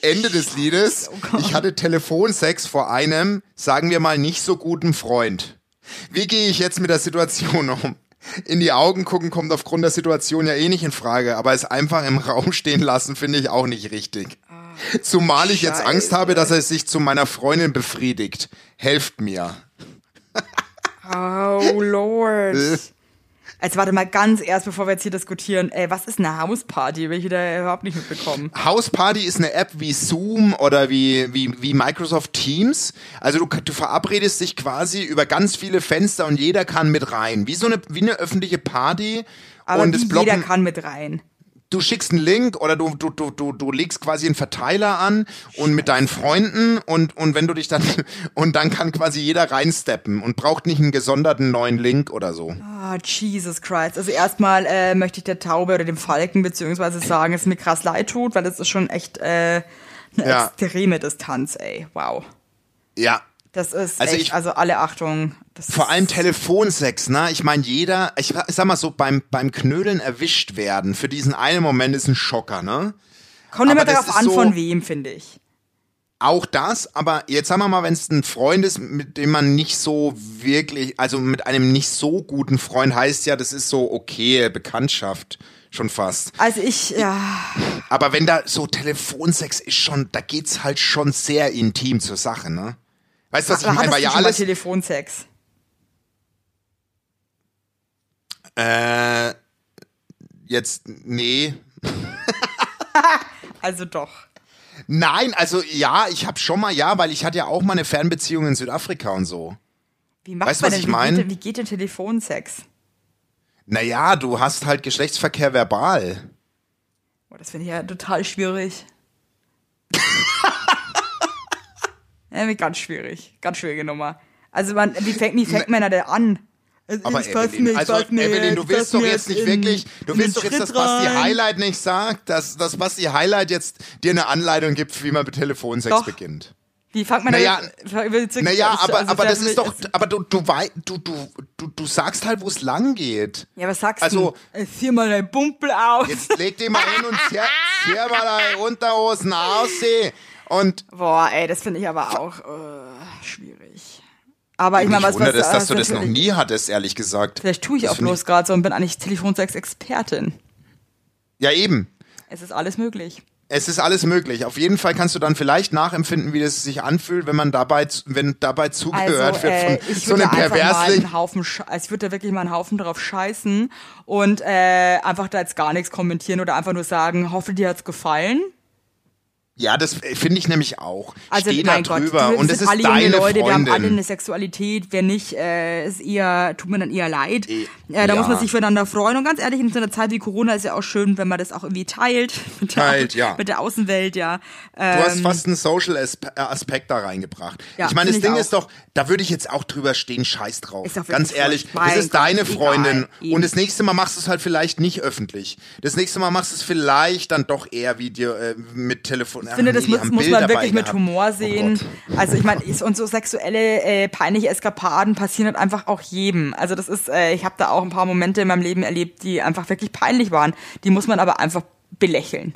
[SPEAKER 2] Ende des Liedes.
[SPEAKER 1] oh
[SPEAKER 2] ich hatte Telefonsex vor einem, sagen wir mal, nicht so guten Freund. Wie gehe ich jetzt mit der Situation um? In die Augen gucken kommt aufgrund der Situation ja eh nicht in Frage, aber es einfach im Raum stehen lassen finde ich auch nicht richtig.
[SPEAKER 1] Ah.
[SPEAKER 2] Zumal ich jetzt Angst habe, dass er sich zu meiner Freundin befriedigt. Helft mir.
[SPEAKER 1] Oh, Lord. Also warte mal ganz erst, bevor wir jetzt hier diskutieren. Ey, was ist eine Hausparty? Will ich wieder überhaupt nicht mitbekommen.
[SPEAKER 2] Hausparty ist eine App wie Zoom oder wie, wie, wie Microsoft Teams. Also du, du verabredest dich quasi über ganz viele Fenster und jeder kann mit rein. Wie so eine, wie eine öffentliche Party.
[SPEAKER 1] Aber
[SPEAKER 2] und
[SPEAKER 1] wie
[SPEAKER 2] es blocken,
[SPEAKER 1] jeder kann mit rein.
[SPEAKER 2] du schickst einen Link oder du, du, du, du, du legst quasi einen Verteiler an und mit deinen Freunden und, und wenn du dich dann, und dann kann quasi jeder reinsteppen und braucht nicht einen gesonderten neuen Link oder so.
[SPEAKER 1] Ah, Jesus Christ. Also erstmal äh, möchte ich der Taube oder dem Falken beziehungsweise sagen, es mir krass leid tut, weil das ist schon echt äh, eine
[SPEAKER 2] Ja.
[SPEAKER 1] extreme Distanz, ey. Wow.
[SPEAKER 2] Ja.
[SPEAKER 1] Das ist
[SPEAKER 2] Also
[SPEAKER 1] also echt,
[SPEAKER 2] ich-
[SPEAKER 1] also alle Achtung. Das
[SPEAKER 2] Vor
[SPEAKER 1] ist-
[SPEAKER 2] allem Telefonsex, ne? Ich meine, jeder, ich sag mal so, beim, beim Knödeln erwischt werden, für diesen einen Moment ist ein Schocker, ne?
[SPEAKER 1] Kommt immer
[SPEAKER 2] aber das
[SPEAKER 1] darauf
[SPEAKER 2] ist
[SPEAKER 1] an,
[SPEAKER 2] so-
[SPEAKER 1] von wem, finde ich.
[SPEAKER 2] Auch das, aber jetzt sagen wir mal, wenn es ein Freund ist, mit dem man nicht so wirklich, also mit einem nicht so guten Freund heißt ja, das ist so okay, Bekanntschaft schon fast.
[SPEAKER 1] Also ich, ja,
[SPEAKER 2] Aber wenn da so Telefonsex ist schon, da geht's halt schon sehr intim zur Sache, ne? Weißt du, was ich
[SPEAKER 1] da
[SPEAKER 2] meine?
[SPEAKER 1] hattest
[SPEAKER 2] Weil
[SPEAKER 1] du
[SPEAKER 2] ja
[SPEAKER 1] schon mal
[SPEAKER 2] alles,
[SPEAKER 1] Telefonsex.
[SPEAKER 2] äh, jetzt, nee,
[SPEAKER 1] Also doch.
[SPEAKER 2] Nein, also ja, ich habe schon mal ja, weil ich hatte ja auch mal eine Fernbeziehung in Südafrika und so.
[SPEAKER 1] Wie macht
[SPEAKER 2] Weißt du,
[SPEAKER 1] man
[SPEAKER 2] was
[SPEAKER 1] denn,
[SPEAKER 2] ich
[SPEAKER 1] wie,
[SPEAKER 2] mein?
[SPEAKER 1] geht, denn- wie geht denn Telefonsex?
[SPEAKER 2] Naja, du hast halt Geschlechtsverkehr verbal.
[SPEAKER 1] Oh, das finde ich ja total schwierig. ja, ganz schwierig. Ganz schwierige Nummer. Also man, wie fängt, wie fängt man da denn an? Also
[SPEAKER 2] Aber
[SPEAKER 1] ich fass
[SPEAKER 2] Evelyn,
[SPEAKER 1] mir- ich
[SPEAKER 2] also
[SPEAKER 1] fass mir
[SPEAKER 2] Evelyn,
[SPEAKER 1] ich
[SPEAKER 2] du
[SPEAKER 1] fass
[SPEAKER 2] willst doch
[SPEAKER 1] mir
[SPEAKER 2] jetzt nicht
[SPEAKER 1] in-
[SPEAKER 2] wirklich, du
[SPEAKER 1] in den
[SPEAKER 2] willst doch jetzt, dass
[SPEAKER 1] Schritt
[SPEAKER 2] Basti
[SPEAKER 1] rein.
[SPEAKER 2] Highlight nicht sagt, dass, dass Basti Highlight jetzt dir eine Anleitung gibt, wie man mit Telefonsex
[SPEAKER 1] Doch.
[SPEAKER 2] beginnt.
[SPEAKER 1] Wie fängt man
[SPEAKER 2] Naja,
[SPEAKER 1] da jetzt-
[SPEAKER 2] Naja,
[SPEAKER 1] also-
[SPEAKER 2] aber,
[SPEAKER 1] also
[SPEAKER 2] aber
[SPEAKER 1] da-
[SPEAKER 2] das ist doch, aber du, du, wei- du, du, du, du sagst halt, wo es lang geht.
[SPEAKER 1] Ja, was sagst
[SPEAKER 2] Also-
[SPEAKER 1] du? Äh, Zieh mal dein Bumpel aus.
[SPEAKER 2] Jetzt leg dich mal hin und zieh, zieh mal deine Unterhosen aus, sie. Und
[SPEAKER 1] Boah, ey, das finde ich aber auch äh, schwierig. Aber ich meine, was,
[SPEAKER 2] mich wundert
[SPEAKER 1] was
[SPEAKER 2] es, dass du
[SPEAKER 1] was
[SPEAKER 2] das noch
[SPEAKER 1] natürlich-
[SPEAKER 2] nie hattest, ehrlich gesagt.
[SPEAKER 1] Vielleicht tue ich
[SPEAKER 2] Das
[SPEAKER 1] auch
[SPEAKER 2] find
[SPEAKER 1] bloß gerade so und bin eigentlich Telefonsex-Expertin.
[SPEAKER 2] Ja, eben.
[SPEAKER 1] Es ist alles möglich.
[SPEAKER 2] Es ist alles möglich. Auf jeden Fall kannst du dann vielleicht nachempfinden, wie das sich anfühlt, wenn man dabei, zu- wenn dabei zugehört
[SPEAKER 1] Also, äh,
[SPEAKER 2] wird von
[SPEAKER 1] ich
[SPEAKER 2] so
[SPEAKER 1] würde
[SPEAKER 2] einem
[SPEAKER 1] da einfach mal
[SPEAKER 2] Perversling.
[SPEAKER 1] einen Haufen, Sch- also ich würde da wirklich mal einen Haufen drauf scheißen und äh, einfach da jetzt gar nichts kommentieren oder einfach nur sagen, hoffe dir hat's gefallen.
[SPEAKER 2] Ja, das äh, finde ich nämlich auch.
[SPEAKER 1] Also
[SPEAKER 2] Steh da
[SPEAKER 1] mein Gott,
[SPEAKER 2] drüber
[SPEAKER 1] wir
[SPEAKER 2] und es
[SPEAKER 1] sind
[SPEAKER 2] ist
[SPEAKER 1] alle junge
[SPEAKER 2] deine
[SPEAKER 1] Leute, wir
[SPEAKER 2] Freundin.
[SPEAKER 1] haben alle eine Sexualität, wer nicht, äh, ist eher, tut mir dann eher leid.
[SPEAKER 2] Eh,
[SPEAKER 1] ja, da
[SPEAKER 2] ja.
[SPEAKER 1] muss man sich füreinander freuen und ganz ehrlich, in so einer Zeit wie Corona ist ja auch schön, wenn man das auch irgendwie teilt mit der,
[SPEAKER 2] Teilt, ja.
[SPEAKER 1] mit der Außenwelt, ja.
[SPEAKER 2] Du hast fast einen Social Aspe- äh, Aspekt da reingebracht.
[SPEAKER 1] Ähm, Ja,
[SPEAKER 2] ich meine, das
[SPEAKER 1] finde ich
[SPEAKER 2] Ding
[SPEAKER 1] auch.
[SPEAKER 2] ist doch, da würde ich jetzt auch drüber stehen, scheiß drauf.
[SPEAKER 1] Ist doch wirklich
[SPEAKER 2] Ganz ehrlich,
[SPEAKER 1] wurscht.
[SPEAKER 2] das
[SPEAKER 1] Mein
[SPEAKER 2] ist deine
[SPEAKER 1] Gott,
[SPEAKER 2] Freundin.
[SPEAKER 1] egal, eben.
[SPEAKER 2] Und das nächste Mal machst du es halt vielleicht nicht öffentlich. Das nächste Mal machst du es vielleicht dann doch eher wie dir äh, mit Telefon.
[SPEAKER 1] Ich finde, das muss, muss man wirklich mit
[SPEAKER 2] Oh
[SPEAKER 1] Humor sehen. also ich meine, ist- und so sexuelle äh, peinliche Eskapaden passieren halt einfach auch jedem. Also das ist, äh, ich habe da auch ein paar Momente in meinem Leben erlebt, die einfach wirklich peinlich waren. Die muss man aber einfach belächeln.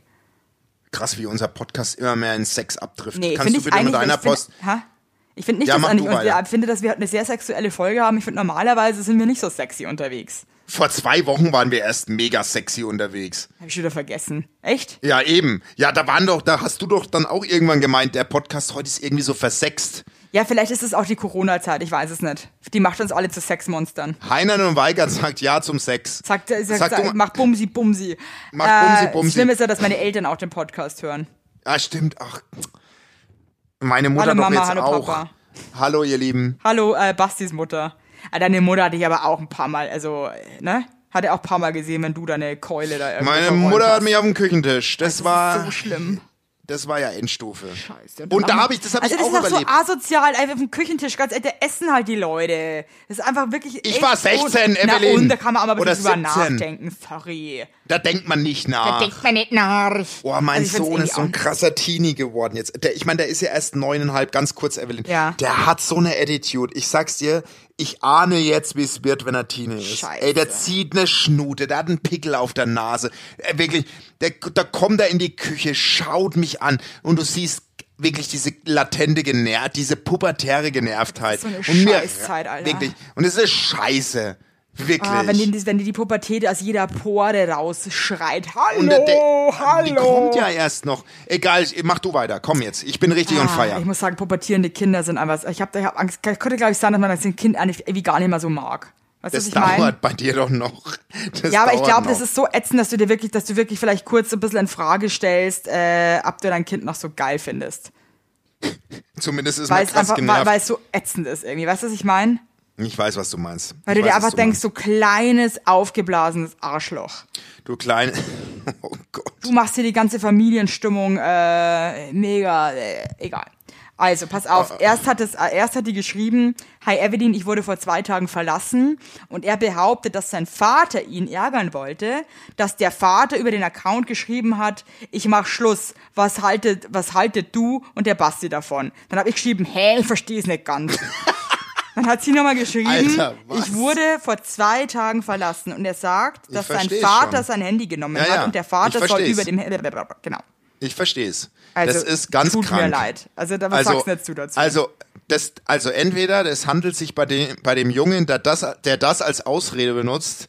[SPEAKER 2] Krass, wie unser Podcast immer mehr in Sex abdriftet.
[SPEAKER 1] Nee,
[SPEAKER 2] Kannst
[SPEAKER 1] finde
[SPEAKER 2] du
[SPEAKER 1] ich
[SPEAKER 2] bitte
[SPEAKER 1] eigentlich,
[SPEAKER 2] mit deiner
[SPEAKER 1] ich finde-
[SPEAKER 2] Post.
[SPEAKER 1] ha? Ich finde nicht,
[SPEAKER 2] Ja,
[SPEAKER 1] dass
[SPEAKER 2] mach
[SPEAKER 1] eigentlich,
[SPEAKER 2] du
[SPEAKER 1] und
[SPEAKER 2] weiter.
[SPEAKER 1] ich finde, dass wir halt eine sehr sexuelle Folge haben. Ich finde, normalerweise sind wir nicht so sexy unterwegs.
[SPEAKER 2] Vor zwei Wochen waren wir erst mega sexy unterwegs.
[SPEAKER 1] Habe ich wieder vergessen. Echt?
[SPEAKER 2] Ja, eben. Ja, da waren doch, da hast du doch dann auch irgendwann gemeint, der Podcast heute ist irgendwie so versext.
[SPEAKER 1] Ja, vielleicht ist es auch die Corona-Zeit, ich weiß es nicht. Die macht uns alle zu Sexmonstern.
[SPEAKER 2] Heinern und Weigert sagt Ja zum Sex.
[SPEAKER 1] Sagt, äh, sagt, sagt,
[SPEAKER 2] du mal-
[SPEAKER 1] mach Bumsi, Bumsi.
[SPEAKER 2] Mach Bumsi, Bumsi.
[SPEAKER 1] Das Schlimme ist ja, dass meine Eltern auch den Podcast hören.
[SPEAKER 2] Ah, stimmt. Ach. Meine Mutter
[SPEAKER 1] Hallo
[SPEAKER 2] doch
[SPEAKER 1] Mama,
[SPEAKER 2] jetzt
[SPEAKER 1] hallo
[SPEAKER 2] auch.
[SPEAKER 1] Papa.
[SPEAKER 2] Hallo, ihr Lieben.
[SPEAKER 1] Hallo, äh, Bastis Mutter. Ah, Deine Mutter hatte ich aber auch ein paar Mal, also, äh, ne? Hat er auch ein paar Mal gesehen, wenn du deine Keule da irgendwie
[SPEAKER 2] Meine
[SPEAKER 1] verräumt
[SPEAKER 2] Mutter hat
[SPEAKER 1] hast.
[SPEAKER 2] mich auf dem Küchentisch. Das
[SPEAKER 1] Das ist
[SPEAKER 2] war.
[SPEAKER 1] so schlimm.
[SPEAKER 2] Das war ja Endstufe.
[SPEAKER 1] Scheiße.
[SPEAKER 2] Und da habe ich, das habe
[SPEAKER 1] also
[SPEAKER 2] ich
[SPEAKER 1] das
[SPEAKER 2] auch
[SPEAKER 1] ist
[SPEAKER 2] überlebt.
[SPEAKER 1] Doch so asozial, einfach auf dem Küchentisch, ganz ehrlich, da essen halt die Leute. Das ist einfach wirklich.
[SPEAKER 2] Ich
[SPEAKER 1] echt
[SPEAKER 2] war 16,
[SPEAKER 1] un- Na,
[SPEAKER 2] Evelyn.
[SPEAKER 1] und da kann man aber ein
[SPEAKER 2] Oder
[SPEAKER 1] bisschen drüber
[SPEAKER 2] 17.
[SPEAKER 1] nachdenken, sorry.
[SPEAKER 2] da denkt man nicht nach.
[SPEAKER 6] Denkt man nicht nach.
[SPEAKER 2] Boah, mein
[SPEAKER 1] Also ich find's
[SPEAKER 2] Sohn ist
[SPEAKER 1] irgendwie
[SPEAKER 2] so ein
[SPEAKER 1] auch-
[SPEAKER 2] krasser Teenie geworden jetzt. Der, ich meine, der ist ja erst neuneinhalb, ganz kurz, Evelyn.
[SPEAKER 1] Ja.
[SPEAKER 2] Der hat so eine Attitude. Ich sag's dir, ich ahne jetzt, wie es wird, wenn er Teenie ist.
[SPEAKER 1] Scheiße.
[SPEAKER 2] Ey, der zieht eine Schnute, der hat einen Pickel auf der Nase. Äh, wirklich, der, da kommt er in die Küche, schaut mich an und du siehst wirklich diese latente Genervtheit, diese pubertäre Genervtheit.
[SPEAKER 1] Das ist so eine
[SPEAKER 2] und mir-
[SPEAKER 1] Scheißzeit, Alter.
[SPEAKER 2] Wirklich. Und es ist scheiße. Wirklich.
[SPEAKER 1] Ah, wenn, die, wenn die die Pubertät aus jeder Pore rausschreit. Hallo,
[SPEAKER 2] Und der- der-
[SPEAKER 1] hallo.
[SPEAKER 2] Die kommt ja erst noch. Egal, ich- mach du weiter. Komm jetzt. Ich bin richtig on
[SPEAKER 1] Ah,
[SPEAKER 2] fire.
[SPEAKER 1] Ich muss sagen, pubertierende Kinder sind einfach. Ich habe ich hab Angst. Ich könnte, glaube ich, sagen, dass man das Kind eigentlich irgendwie gar nicht mehr so mag. Weißt du, was
[SPEAKER 2] Das
[SPEAKER 1] ich
[SPEAKER 2] dauert
[SPEAKER 1] meine?
[SPEAKER 2] bei dir doch noch. Das
[SPEAKER 1] Ja, aber ich
[SPEAKER 2] dauert
[SPEAKER 1] glaube,
[SPEAKER 2] noch.
[SPEAKER 1] das ist so ätzend, dass du dir wirklich, dass du wirklich vielleicht kurz so ein bisschen in Frage stellst, äh, ob du dein Kind noch so geil findest.
[SPEAKER 2] Zumindest ist
[SPEAKER 1] Weil
[SPEAKER 2] man
[SPEAKER 1] es
[SPEAKER 2] krass
[SPEAKER 1] einfach, weil,
[SPEAKER 2] genervt.
[SPEAKER 1] weil es so ätzend ist irgendwie. Weißt du, was ich meine?
[SPEAKER 2] ich weiß, was du meinst.
[SPEAKER 1] Weil
[SPEAKER 2] ich
[SPEAKER 1] du dir
[SPEAKER 2] weiß, was
[SPEAKER 1] einfach denkst, so kleines, aufgeblasenes Arschloch.
[SPEAKER 2] meinst. Du klein. Oh Gott.
[SPEAKER 1] Du machst dir die ganze Familienstimmung äh, mega, äh, egal. Also, pass auf. Erst hat, es, äh, erst hat die geschrieben, Hi Evelyn, ich wurde vor zwei Tagen verlassen und er behauptet, dass sein Vater ihn ärgern wollte, dass der Vater über den Account geschrieben hat, ich mach Schluss, was haltet, was haltet du und der Basti davon? Dann habe ich geschrieben, hä, ich verstehe es nicht ganz. Dann hat sie nochmal geschrieben,
[SPEAKER 2] Alter, was?
[SPEAKER 1] ich wurde vor zwei Tagen verlassen und er sagt, dass sein
[SPEAKER 2] versteh's
[SPEAKER 1] Vater
[SPEAKER 2] schon.
[SPEAKER 1] sein Handy genommen
[SPEAKER 2] Ja,
[SPEAKER 1] hat
[SPEAKER 2] ja,
[SPEAKER 1] und der
[SPEAKER 2] ich
[SPEAKER 1] Vater soll
[SPEAKER 2] versteh's.
[SPEAKER 1] über dem Blablabla, genau.
[SPEAKER 2] Ich verstehe es.
[SPEAKER 1] Also,
[SPEAKER 2] das ist ganz
[SPEAKER 1] tut
[SPEAKER 2] krank.
[SPEAKER 1] mir leid. Also da was sagst du jetzt du dazu?
[SPEAKER 2] Also, das, also entweder das handelt sich bei dem, bei dem Jungen, der das, der das als Ausrede benutzt,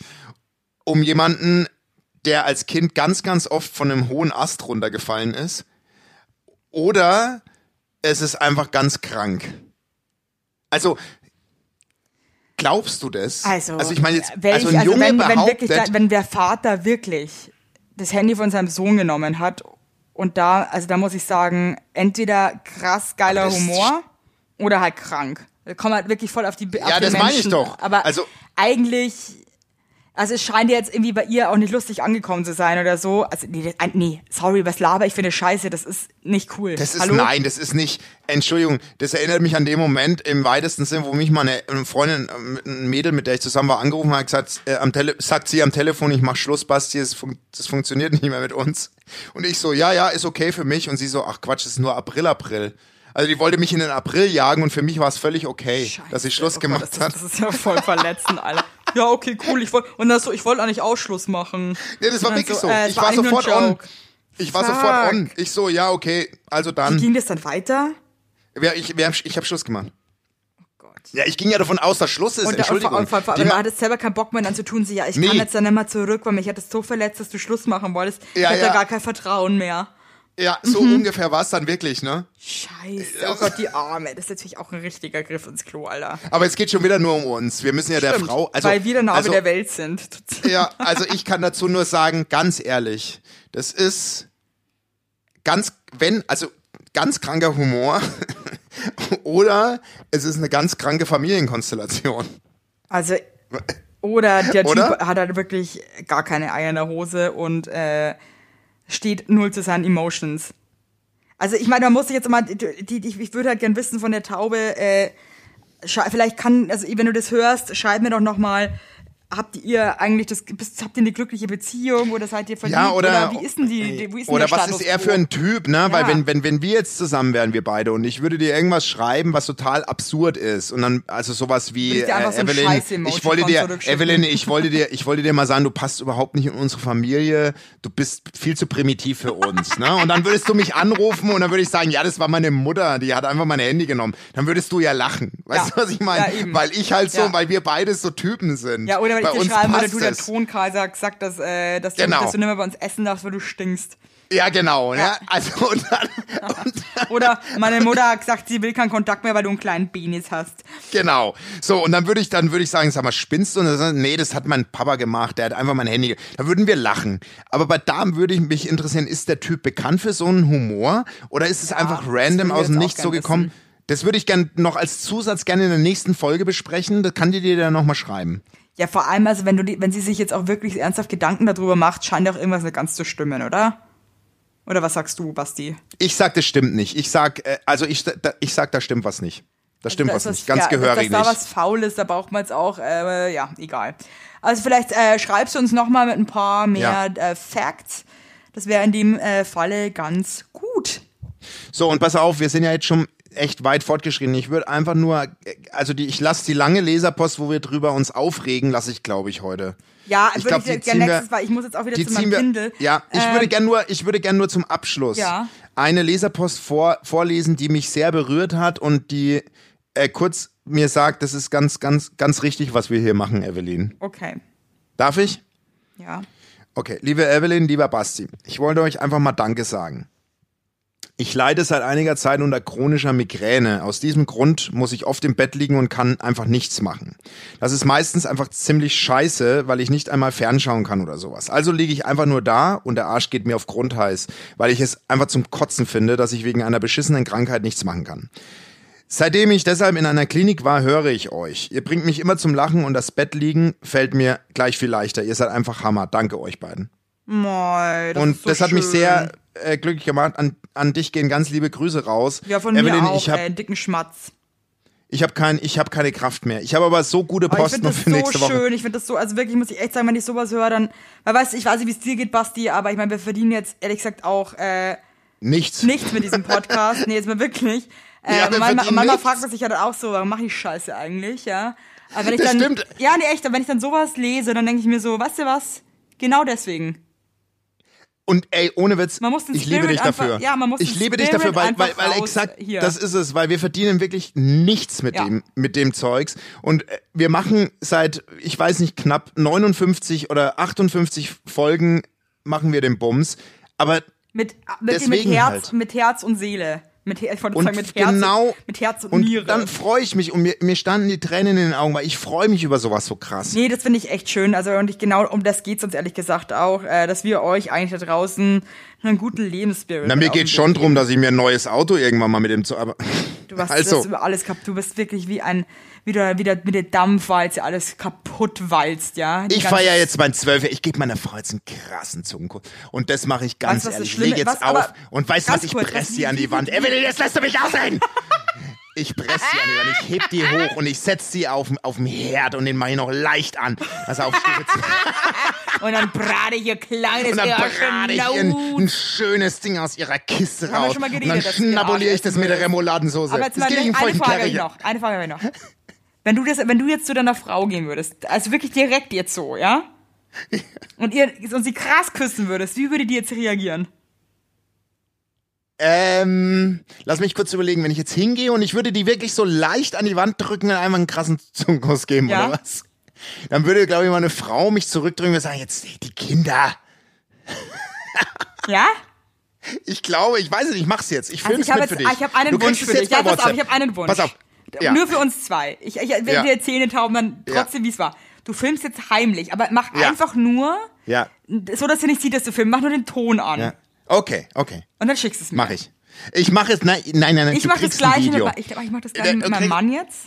[SPEAKER 2] um jemanden, der als Kind ganz, ganz oft von einem hohen Ast runtergefallen ist, oder es ist einfach ganz krank. Also, glaubst du das?
[SPEAKER 1] also,
[SPEAKER 2] also ich meine jetzt,
[SPEAKER 1] wenn
[SPEAKER 2] also
[SPEAKER 1] ich-
[SPEAKER 2] ein Junge
[SPEAKER 1] wenn, wenn,
[SPEAKER 2] behauptet,
[SPEAKER 1] wirklich, der- wenn der Vater wirklich das Handy von seinem Sohn genommen hat und da, also da muss ich sagen, entweder krass geiler
[SPEAKER 2] Aber das-
[SPEAKER 1] Humor oder halt krank. Da kommt halt wirklich voll auf die auf
[SPEAKER 2] Ja,
[SPEAKER 1] den
[SPEAKER 2] das meine ich
[SPEAKER 1] Menschen.
[SPEAKER 2] doch.
[SPEAKER 1] Aber
[SPEAKER 2] Also-
[SPEAKER 1] eigentlich, also es scheint ja jetzt irgendwie bei ihr auch nicht lustig angekommen zu sein oder so. Also nee, das- nee sorry, was laber ich für eine Scheiße, das ist nicht cool.
[SPEAKER 2] Das ist
[SPEAKER 1] Hallo?
[SPEAKER 2] nein, das ist nicht. Entschuldigung, das erinnert mich an den Moment im weitesten Sinn, wo mich meine ähm, Freundin, ähm, ein Mädel, mit der ich zusammen war, angerufen hat, gesagt, äh, am Tele sagt sie am Telefon, ich mach Schluss, Basti, das, fun das funktioniert nicht mehr mit uns. Und ich so, ja, ja, ist okay für mich. Und sie so, ach Quatsch, das ist nur April, April. Also die wollte mich in den April jagen und für mich war es völlig okay, dass sie Schluss
[SPEAKER 1] Oh Gott,
[SPEAKER 2] gemacht
[SPEAKER 1] das
[SPEAKER 2] hat.
[SPEAKER 1] Ist, das ist ja voll verletzend, Alter. Ja, okay, cool. Ich wollte und das so, ich wollte eigentlich Ausschluss machen.
[SPEAKER 2] Nee, das war
[SPEAKER 1] Und dann
[SPEAKER 2] wirklich so.
[SPEAKER 1] äh, es
[SPEAKER 2] ich war
[SPEAKER 1] eigentlich nur ein
[SPEAKER 2] sofort on.
[SPEAKER 1] Joke.
[SPEAKER 2] Ich war
[SPEAKER 1] Fuck.
[SPEAKER 2] sofort on. Ich so, ja, okay, also dann.
[SPEAKER 1] Ging das dann weiter?
[SPEAKER 2] Wer- Ich, wer- ich habe Schluss gemacht.
[SPEAKER 1] Gott.
[SPEAKER 2] Ja, ich ging ja davon aus, dass Schluss ist.
[SPEAKER 1] äh, Und, da- und, vor-
[SPEAKER 2] Entschuldigung.
[SPEAKER 1] und, vor- vor-
[SPEAKER 2] Die
[SPEAKER 1] aber
[SPEAKER 2] ma-
[SPEAKER 1] du hattest selber keinen Bock mehr, dann zu tun, sie, ja, ich
[SPEAKER 2] Nee.
[SPEAKER 1] kann jetzt dann nicht mehr zurück, weil mich hat das so verletzt, dass du Schluss machen wolltest. Ich
[SPEAKER 2] Ja,
[SPEAKER 1] hab
[SPEAKER 2] ja.
[SPEAKER 1] da gar kein Vertrauen mehr.
[SPEAKER 2] Ja, so
[SPEAKER 1] Mhm.
[SPEAKER 2] ungefähr war es dann wirklich, ne?
[SPEAKER 1] Scheiße, oh Gott, die Arme. Das ist natürlich auch ein richtiger Griff ins Klo, Alter.
[SPEAKER 2] Aber es geht schon wieder nur um uns. Wir müssen ja der Frau. Also,
[SPEAKER 1] Weil wir der Name
[SPEAKER 2] also,
[SPEAKER 1] der Welt sind.
[SPEAKER 2] Ja, also ich kann dazu nur sagen, ganz ehrlich, das ist ganz, wenn, also ganz kranker Humor. Oder es ist eine ganz kranke Familienkonstellation.
[SPEAKER 1] Also, oder der
[SPEAKER 2] Oder?
[SPEAKER 1] Typ hat halt wirklich gar keine Eier in der Hose und äh, steht null zu seinen Emotions. Also, ich meine, man muss sich jetzt immer, die, die, ich würde halt gern wissen von der Taube, äh, schrei- vielleicht kann, also wenn du das hörst, schreib mir doch nochmal, habt ihr eigentlich das, bist, habt ihr eine glückliche Beziehung oder seid ihr verliebt?
[SPEAKER 2] Ja, oder,
[SPEAKER 1] wie ist denn die, die wie ist denn
[SPEAKER 2] oder
[SPEAKER 1] der
[SPEAKER 2] was
[SPEAKER 1] Status
[SPEAKER 2] ist er
[SPEAKER 1] quo?
[SPEAKER 2] für ein Typ, ne? Weil
[SPEAKER 1] Ja.
[SPEAKER 2] wenn, wenn, wenn wir jetzt zusammen wären, wir beide, und ich würde dir irgendwas schreiben, was total absurd ist, und dann, also sowas wie,
[SPEAKER 1] Würde ich dir einfach
[SPEAKER 2] äh,
[SPEAKER 1] so ein
[SPEAKER 2] Evelyn,
[SPEAKER 1] Scheiß-Emoji
[SPEAKER 2] ich wollte
[SPEAKER 1] von
[SPEAKER 2] dir,
[SPEAKER 1] zurückschicken.
[SPEAKER 2] Evelyn, ich wollte dir, ich wollte dir mal sagen, du passt überhaupt nicht in unsere Familie, du bist viel zu primitiv für uns, ne? Und dann würdest du mich anrufen, und dann würde ich sagen, ja, das war meine Mutter, die hat einfach mein Handy genommen. Dann würdest du ja lachen. Weißt
[SPEAKER 1] Ja.
[SPEAKER 2] du, was ich meine?
[SPEAKER 1] Ja, eben.
[SPEAKER 2] weil ich halt so,
[SPEAKER 1] Ja.
[SPEAKER 2] weil wir beide so Typen sind.
[SPEAKER 1] Ja, oder wenn
[SPEAKER 2] Bei
[SPEAKER 1] ich
[SPEAKER 2] uns
[SPEAKER 1] dir schreiben würde,
[SPEAKER 2] passt
[SPEAKER 1] du der
[SPEAKER 2] es.
[SPEAKER 1] Thronkaiser sagt, dass, äh, dass,
[SPEAKER 2] Genau.
[SPEAKER 1] du, dass du nicht mehr bei uns essen darfst, weil du stinkst.
[SPEAKER 2] Ja, genau, ne? Also, und dann, und dann,
[SPEAKER 1] Oder meine Mutter hat gesagt, sie will keinen Kontakt mehr, weil du einen kleinen Penis hast.
[SPEAKER 2] Genau. So, und dann würde ich, dann würde ich sagen, sag mal, spinnst du? Und dann, sagen, nee, das hat mein Papa gemacht, der hat einfach mein Handy. ge- Da würden wir lachen. Aber bei Damen würde ich mich interessieren, ist der Typ bekannt für so einen Humor? Oder ist es einfach
[SPEAKER 1] würden
[SPEAKER 2] random
[SPEAKER 1] wir
[SPEAKER 2] aus dem
[SPEAKER 1] jetzt auch
[SPEAKER 2] Nichts so
[SPEAKER 1] gern
[SPEAKER 2] gekommen? Das würde ich gern noch als Zusatz gerne in der nächsten Folge besprechen. Das kann die dir dann nochmal schreiben.
[SPEAKER 1] Ja, vor allem, also wenn du die, wenn sie sich jetzt auch wirklich ernsthaft Gedanken darüber macht, scheint ja auch irgendwas nicht ganz zu stimmen, oder? Oder was sagst du, Basti?
[SPEAKER 2] Ich sag, das stimmt nicht. Ich sag, äh, also ich, da, ich sag, da stimmt was nicht. Da stimmt
[SPEAKER 1] Also Da
[SPEAKER 2] was
[SPEAKER 1] ist
[SPEAKER 2] nicht. Ganz
[SPEAKER 1] ja,
[SPEAKER 2] gehörig
[SPEAKER 1] Dass da
[SPEAKER 2] nicht.
[SPEAKER 1] was faul ist, da braucht man jetzt auch, äh, ja, egal. Also vielleicht äh, schreibst du uns nochmal mit ein paar mehr äh, Facts. Das wäre in dem äh, Falle ganz gut.
[SPEAKER 2] So, und pass auf, wir sind ja jetzt schon echt weit fortgeschritten. Ich würde einfach nur, äh, also die, ich lasse die lange Leserpost, wo wir drüber uns aufregen, lasse ich, glaube ich, heute.
[SPEAKER 1] Ja,
[SPEAKER 2] Ich
[SPEAKER 1] würde
[SPEAKER 2] glaub,
[SPEAKER 1] ich dir
[SPEAKER 2] die
[SPEAKER 1] gerne
[SPEAKER 2] ziehen
[SPEAKER 1] nächstes
[SPEAKER 2] wir-
[SPEAKER 1] Mal, ich muss jetzt auch wieder
[SPEAKER 2] Die
[SPEAKER 1] zu meinem
[SPEAKER 2] ziehen wir.
[SPEAKER 1] Kindle.
[SPEAKER 2] Ja, ich
[SPEAKER 1] Ähm,
[SPEAKER 2] würde gern nur, ich würde gern nur zum Abschluss
[SPEAKER 1] Ja.
[SPEAKER 2] eine Leserpost vor, vorlesen, die mich sehr berührt hat und die äh, kurz mir sagt, das ist ganz, ganz, ganz richtig, was wir hier machen, Evelyn.
[SPEAKER 1] Okay,
[SPEAKER 2] Darf ich?
[SPEAKER 1] ja.
[SPEAKER 2] Okay, liebe Evelyn, lieber Basti, ich wollte euch einfach mal Danke sagen. Ich leide seit einiger Zeit unter chronischer Migräne. Aus diesem Grund muss ich oft im Bett liegen und kann einfach nichts machen. Das ist meistens einfach ziemlich scheiße, weil ich nicht einmal fernschauen kann oder sowas. Also liege ich einfach nur da und der Arsch geht mir auf Grundheiß, weil ich es einfach zum Kotzen finde, dass ich wegen einer beschissenen Krankheit nichts machen kann. Seitdem ich deshalb in einer Klinik war, höre ich euch. Ihr bringt mich immer zum Lachen und das Bett liegen fällt mir gleich viel leichter. Ihr seid einfach Hammer. Danke euch beiden.
[SPEAKER 1] Moi, das ist
[SPEAKER 2] und
[SPEAKER 1] so
[SPEAKER 2] das hat mich
[SPEAKER 1] schön.
[SPEAKER 2] sehr äh, glücklich gemacht. An, an dich gehen ganz liebe Grüße raus.
[SPEAKER 1] Ja, von
[SPEAKER 2] Evelyn,
[SPEAKER 1] mir auch,
[SPEAKER 2] ich habe
[SPEAKER 1] ey, einen dicken Schmatz.
[SPEAKER 2] ich hab kein, ich hab keine Kraft mehr. Ich habe aber so gute
[SPEAKER 1] Aber ich
[SPEAKER 2] Posten
[SPEAKER 1] finde
[SPEAKER 2] noch
[SPEAKER 1] das
[SPEAKER 2] für nächste
[SPEAKER 1] so
[SPEAKER 2] Woche.
[SPEAKER 1] schön. Ich finde das so, also wirklich muss ich echt sagen, wenn ich sowas höre, dann, weil weißt du, ich weiß nicht, wie es dir geht, Basti, aber ich meine, wir verdienen jetzt ehrlich gesagt auch äh,
[SPEAKER 2] Nichts.
[SPEAKER 1] nichts mit diesem Podcast. nee, jetzt mal wirklich. Äh,
[SPEAKER 2] Ja, wir
[SPEAKER 1] manchmal
[SPEAKER 2] verdienen
[SPEAKER 1] manchmal
[SPEAKER 2] nichts.
[SPEAKER 1] fragt man sich ja dann auch so, warum mache ich Scheiße eigentlich, ja? Aber wenn ich
[SPEAKER 2] Das
[SPEAKER 1] dann,
[SPEAKER 2] stimmt.
[SPEAKER 1] Ja, nee, echt, aber wenn ich dann sowas lese, dann denke ich mir so, weißt du was? Genau deswegen.
[SPEAKER 2] Und ey, ohne Witz,
[SPEAKER 1] Man muss den
[SPEAKER 2] ich liebe
[SPEAKER 1] Spirit
[SPEAKER 2] dich
[SPEAKER 1] einfach-
[SPEAKER 2] dafür.
[SPEAKER 1] ja, man muss
[SPEAKER 2] ich
[SPEAKER 1] den
[SPEAKER 2] liebe dich
[SPEAKER 1] Spirit
[SPEAKER 2] dafür, weil,
[SPEAKER 1] einfach
[SPEAKER 2] weil, weil
[SPEAKER 1] raus
[SPEAKER 2] exakt
[SPEAKER 1] hier.
[SPEAKER 2] das ist es, weil wir verdienen wirklich nichts mit,
[SPEAKER 1] Ja.
[SPEAKER 2] dem, mit dem Zeugs. Und äh, wir machen seit, ich weiß nicht, knapp 59 oder 58 Folgen machen wir den Bums. Aber
[SPEAKER 1] Mit, mit, mit,
[SPEAKER 2] Deswegen
[SPEAKER 1] Herz,
[SPEAKER 2] halt.
[SPEAKER 1] mit Herz und Seele. Mit, Her- ich wollte
[SPEAKER 2] Und
[SPEAKER 1] sagen, mit Herz,
[SPEAKER 2] genau-
[SPEAKER 1] mit Herz und,
[SPEAKER 2] und
[SPEAKER 1] Niere.
[SPEAKER 2] dann freue ich mich und mir, mir standen die Tränen in den Augen, weil ich freue mich über sowas so krass.
[SPEAKER 1] Nee, das finde ich echt schön. Also, und ich, genau um das geht's uns ehrlich gesagt auch, äh, dass wir euch eigentlich da draußen einen guten Lebensspirit
[SPEAKER 2] Na, mir
[SPEAKER 1] auf den
[SPEAKER 2] geht's
[SPEAKER 1] Weg
[SPEAKER 2] schon
[SPEAKER 1] geben.
[SPEAKER 2] drum, dass ich mir ein neues Auto irgendwann mal mit dem zu. Aber
[SPEAKER 1] Du hast
[SPEAKER 2] also,
[SPEAKER 1] das über alles kaputt. Du bist wirklich wie ein, wie du wieder mit der Dampfwalze alles kaputt walzt, ja. Die
[SPEAKER 2] Ich
[SPEAKER 1] ganze-
[SPEAKER 2] feiere jetzt mein Zwölfer. Ich gebe meiner Frau jetzt einen krassen Zungenkuss. Und das mache ich
[SPEAKER 1] Weißt
[SPEAKER 2] ganz
[SPEAKER 1] du, was das
[SPEAKER 2] ehrlich. Ich
[SPEAKER 1] Schlimme-
[SPEAKER 2] lege
[SPEAKER 1] was
[SPEAKER 2] jetzt
[SPEAKER 1] aber-
[SPEAKER 2] auf und weißt
[SPEAKER 1] ganz
[SPEAKER 2] was, ich
[SPEAKER 1] kurz, was-
[SPEAKER 2] presse
[SPEAKER 1] wie-
[SPEAKER 2] sie an
[SPEAKER 1] wie-
[SPEAKER 2] die Wand. Evelyn, jetzt lässt du mich ausreden! Ich presse sie an die Wand, ich heb die hoch und ich setze sie auf, auf den Herd und den mache ich noch leicht an. Also auf Stufe 10.
[SPEAKER 1] Und dann brate ich ihr kleines
[SPEAKER 2] Und dann brate ich ihr ein,
[SPEAKER 1] Arschlaut.
[SPEAKER 2] ein schönes Ding aus ihrer Kiste
[SPEAKER 1] genau wir
[SPEAKER 2] raus.
[SPEAKER 1] schon mal
[SPEAKER 2] und dann
[SPEAKER 1] geredet, dass du
[SPEAKER 2] schnabuliere ich
[SPEAKER 1] Arsch
[SPEAKER 2] das mit der Remouladensoße.
[SPEAKER 1] Aber jetzt mal
[SPEAKER 2] das geht um
[SPEAKER 1] eine
[SPEAKER 2] ich im feuchten
[SPEAKER 1] Frage habe ich
[SPEAKER 2] Kercher.
[SPEAKER 1] noch. Eine Frage habe ich noch. Wenn du, das, wenn du jetzt zu deiner Frau gehen würdest, also wirklich direkt jetzt so, ja? Und, ihr, und sie krass küssen würdest, wie würde die jetzt reagieren?
[SPEAKER 2] Ähm, lass mich kurz überlegen, wenn ich jetzt hingehe und ich würde die wirklich so leicht an die Wand drücken und einmal einen krassen Zungenkuss geben
[SPEAKER 1] Ja.
[SPEAKER 2] oder was? Dann würde, glaube ich, meine Frau mich zurückdrücken und sagen, jetzt die Kinder.
[SPEAKER 1] Ja?
[SPEAKER 2] Ich glaube, ich weiß es nicht, ich mach's jetzt. Ich
[SPEAKER 1] Also
[SPEAKER 2] film's
[SPEAKER 1] ich habe
[SPEAKER 2] mit
[SPEAKER 1] jetzt,
[SPEAKER 2] für dich.
[SPEAKER 1] ich habe einen
[SPEAKER 2] du
[SPEAKER 1] Wunsch
[SPEAKER 2] kriegst
[SPEAKER 1] für
[SPEAKER 2] es
[SPEAKER 1] dich.
[SPEAKER 2] jetzt
[SPEAKER 1] Ja,
[SPEAKER 2] bei
[SPEAKER 1] pass auf,
[SPEAKER 2] WhatsApp.
[SPEAKER 1] ich habe einen Wunsch.
[SPEAKER 2] Pass auf. Ja.
[SPEAKER 1] Nur für uns zwei. Ich, ich, wenn
[SPEAKER 2] Ja.
[SPEAKER 1] wir Zähne tauben, dann trotzdem, wie es war. Du filmst jetzt heimlich, aber mach
[SPEAKER 2] Ja.
[SPEAKER 1] einfach nur,
[SPEAKER 2] Ja.
[SPEAKER 1] so dass sie nicht sieht, dass du filmst. Mach nur den Ton an.
[SPEAKER 2] ja. Okay, okay.
[SPEAKER 1] Und dann schickst du es mir.
[SPEAKER 2] Mach ich. Ich mache es, nein, nein, nein,
[SPEAKER 1] Ich
[SPEAKER 2] du
[SPEAKER 1] mache das
[SPEAKER 2] kriegst ein
[SPEAKER 1] gleiche mit,
[SPEAKER 2] Video.
[SPEAKER 1] ich, glaub, ich mach das gleiche mit
[SPEAKER 2] Du
[SPEAKER 1] meinem
[SPEAKER 2] kriegst-
[SPEAKER 1] Mann jetzt.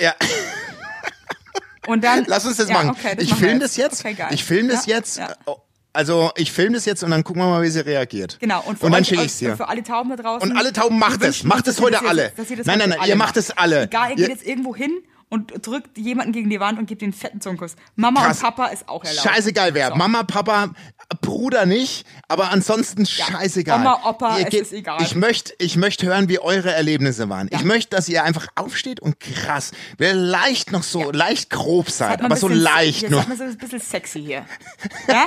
[SPEAKER 2] Ja.
[SPEAKER 1] Und dann.
[SPEAKER 2] Lass uns das
[SPEAKER 1] ja,
[SPEAKER 2] machen.
[SPEAKER 1] Okay, das
[SPEAKER 2] ich
[SPEAKER 1] machen wir
[SPEAKER 2] filme das jetzt.
[SPEAKER 1] Okay, geil.
[SPEAKER 2] Ich filme das
[SPEAKER 1] Ja,
[SPEAKER 2] jetzt.
[SPEAKER 1] ja.
[SPEAKER 2] Also, ich filme das jetzt und dann gucken wir mal, wie sie reagiert.
[SPEAKER 1] Genau. Und, für
[SPEAKER 2] dann
[SPEAKER 1] euch-
[SPEAKER 2] schicke
[SPEAKER 1] und-
[SPEAKER 2] ich es dir.
[SPEAKER 1] Und für alle Tauben da draußen.
[SPEAKER 2] Und alle Tauben macht
[SPEAKER 1] wir
[SPEAKER 2] es.
[SPEAKER 1] wünschen
[SPEAKER 2] Macht
[SPEAKER 1] uns,
[SPEAKER 2] es
[SPEAKER 1] dass ihr
[SPEAKER 2] heute
[SPEAKER 1] das jetzt-
[SPEAKER 2] alle.
[SPEAKER 1] dass ihr das
[SPEAKER 2] Nein,
[SPEAKER 1] heute
[SPEAKER 2] nein, nein, ihr macht
[SPEAKER 1] macht.
[SPEAKER 2] es alle.
[SPEAKER 1] Egal, ihr geht
[SPEAKER 2] Ihr-
[SPEAKER 1] jetzt irgendwo hin und drückt jemanden gegen die Wand und gebt den fetten Zungenkuss. Mama
[SPEAKER 2] Krass.
[SPEAKER 1] und Papa ist auch erlaubt.
[SPEAKER 2] Scheißegal wer. Mama, Papa, Bruder nicht, aber ansonsten scheißegal.
[SPEAKER 1] Oma, Opa,
[SPEAKER 2] Ihr
[SPEAKER 1] es
[SPEAKER 2] geht-
[SPEAKER 1] ist egal.
[SPEAKER 2] Ich möchte ich möcht hören, wie eure Erlebnisse waren. Ich möchte, dass ihr einfach aufsteht und krass, leicht noch so, leicht grob seid,
[SPEAKER 1] Hat man
[SPEAKER 2] aber
[SPEAKER 1] ein
[SPEAKER 2] so
[SPEAKER 1] bisschen-
[SPEAKER 2] leicht
[SPEAKER 1] jetzt
[SPEAKER 2] nur.
[SPEAKER 1] Hat man so ein bisschen sexy hier. Ja?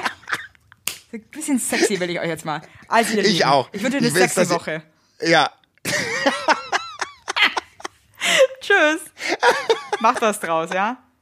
[SPEAKER 1] So Ein bisschen sexy will ich euch jetzt mal. Also, ihr
[SPEAKER 2] Ich
[SPEAKER 1] Lieben,
[SPEAKER 2] auch.
[SPEAKER 1] Ich wünsche euch eine
[SPEAKER 2] Ich will's,
[SPEAKER 1] sexy
[SPEAKER 2] dass ihr-
[SPEAKER 1] Woche.
[SPEAKER 2] Ja.
[SPEAKER 1] Tschüss. Macht was draus, ja?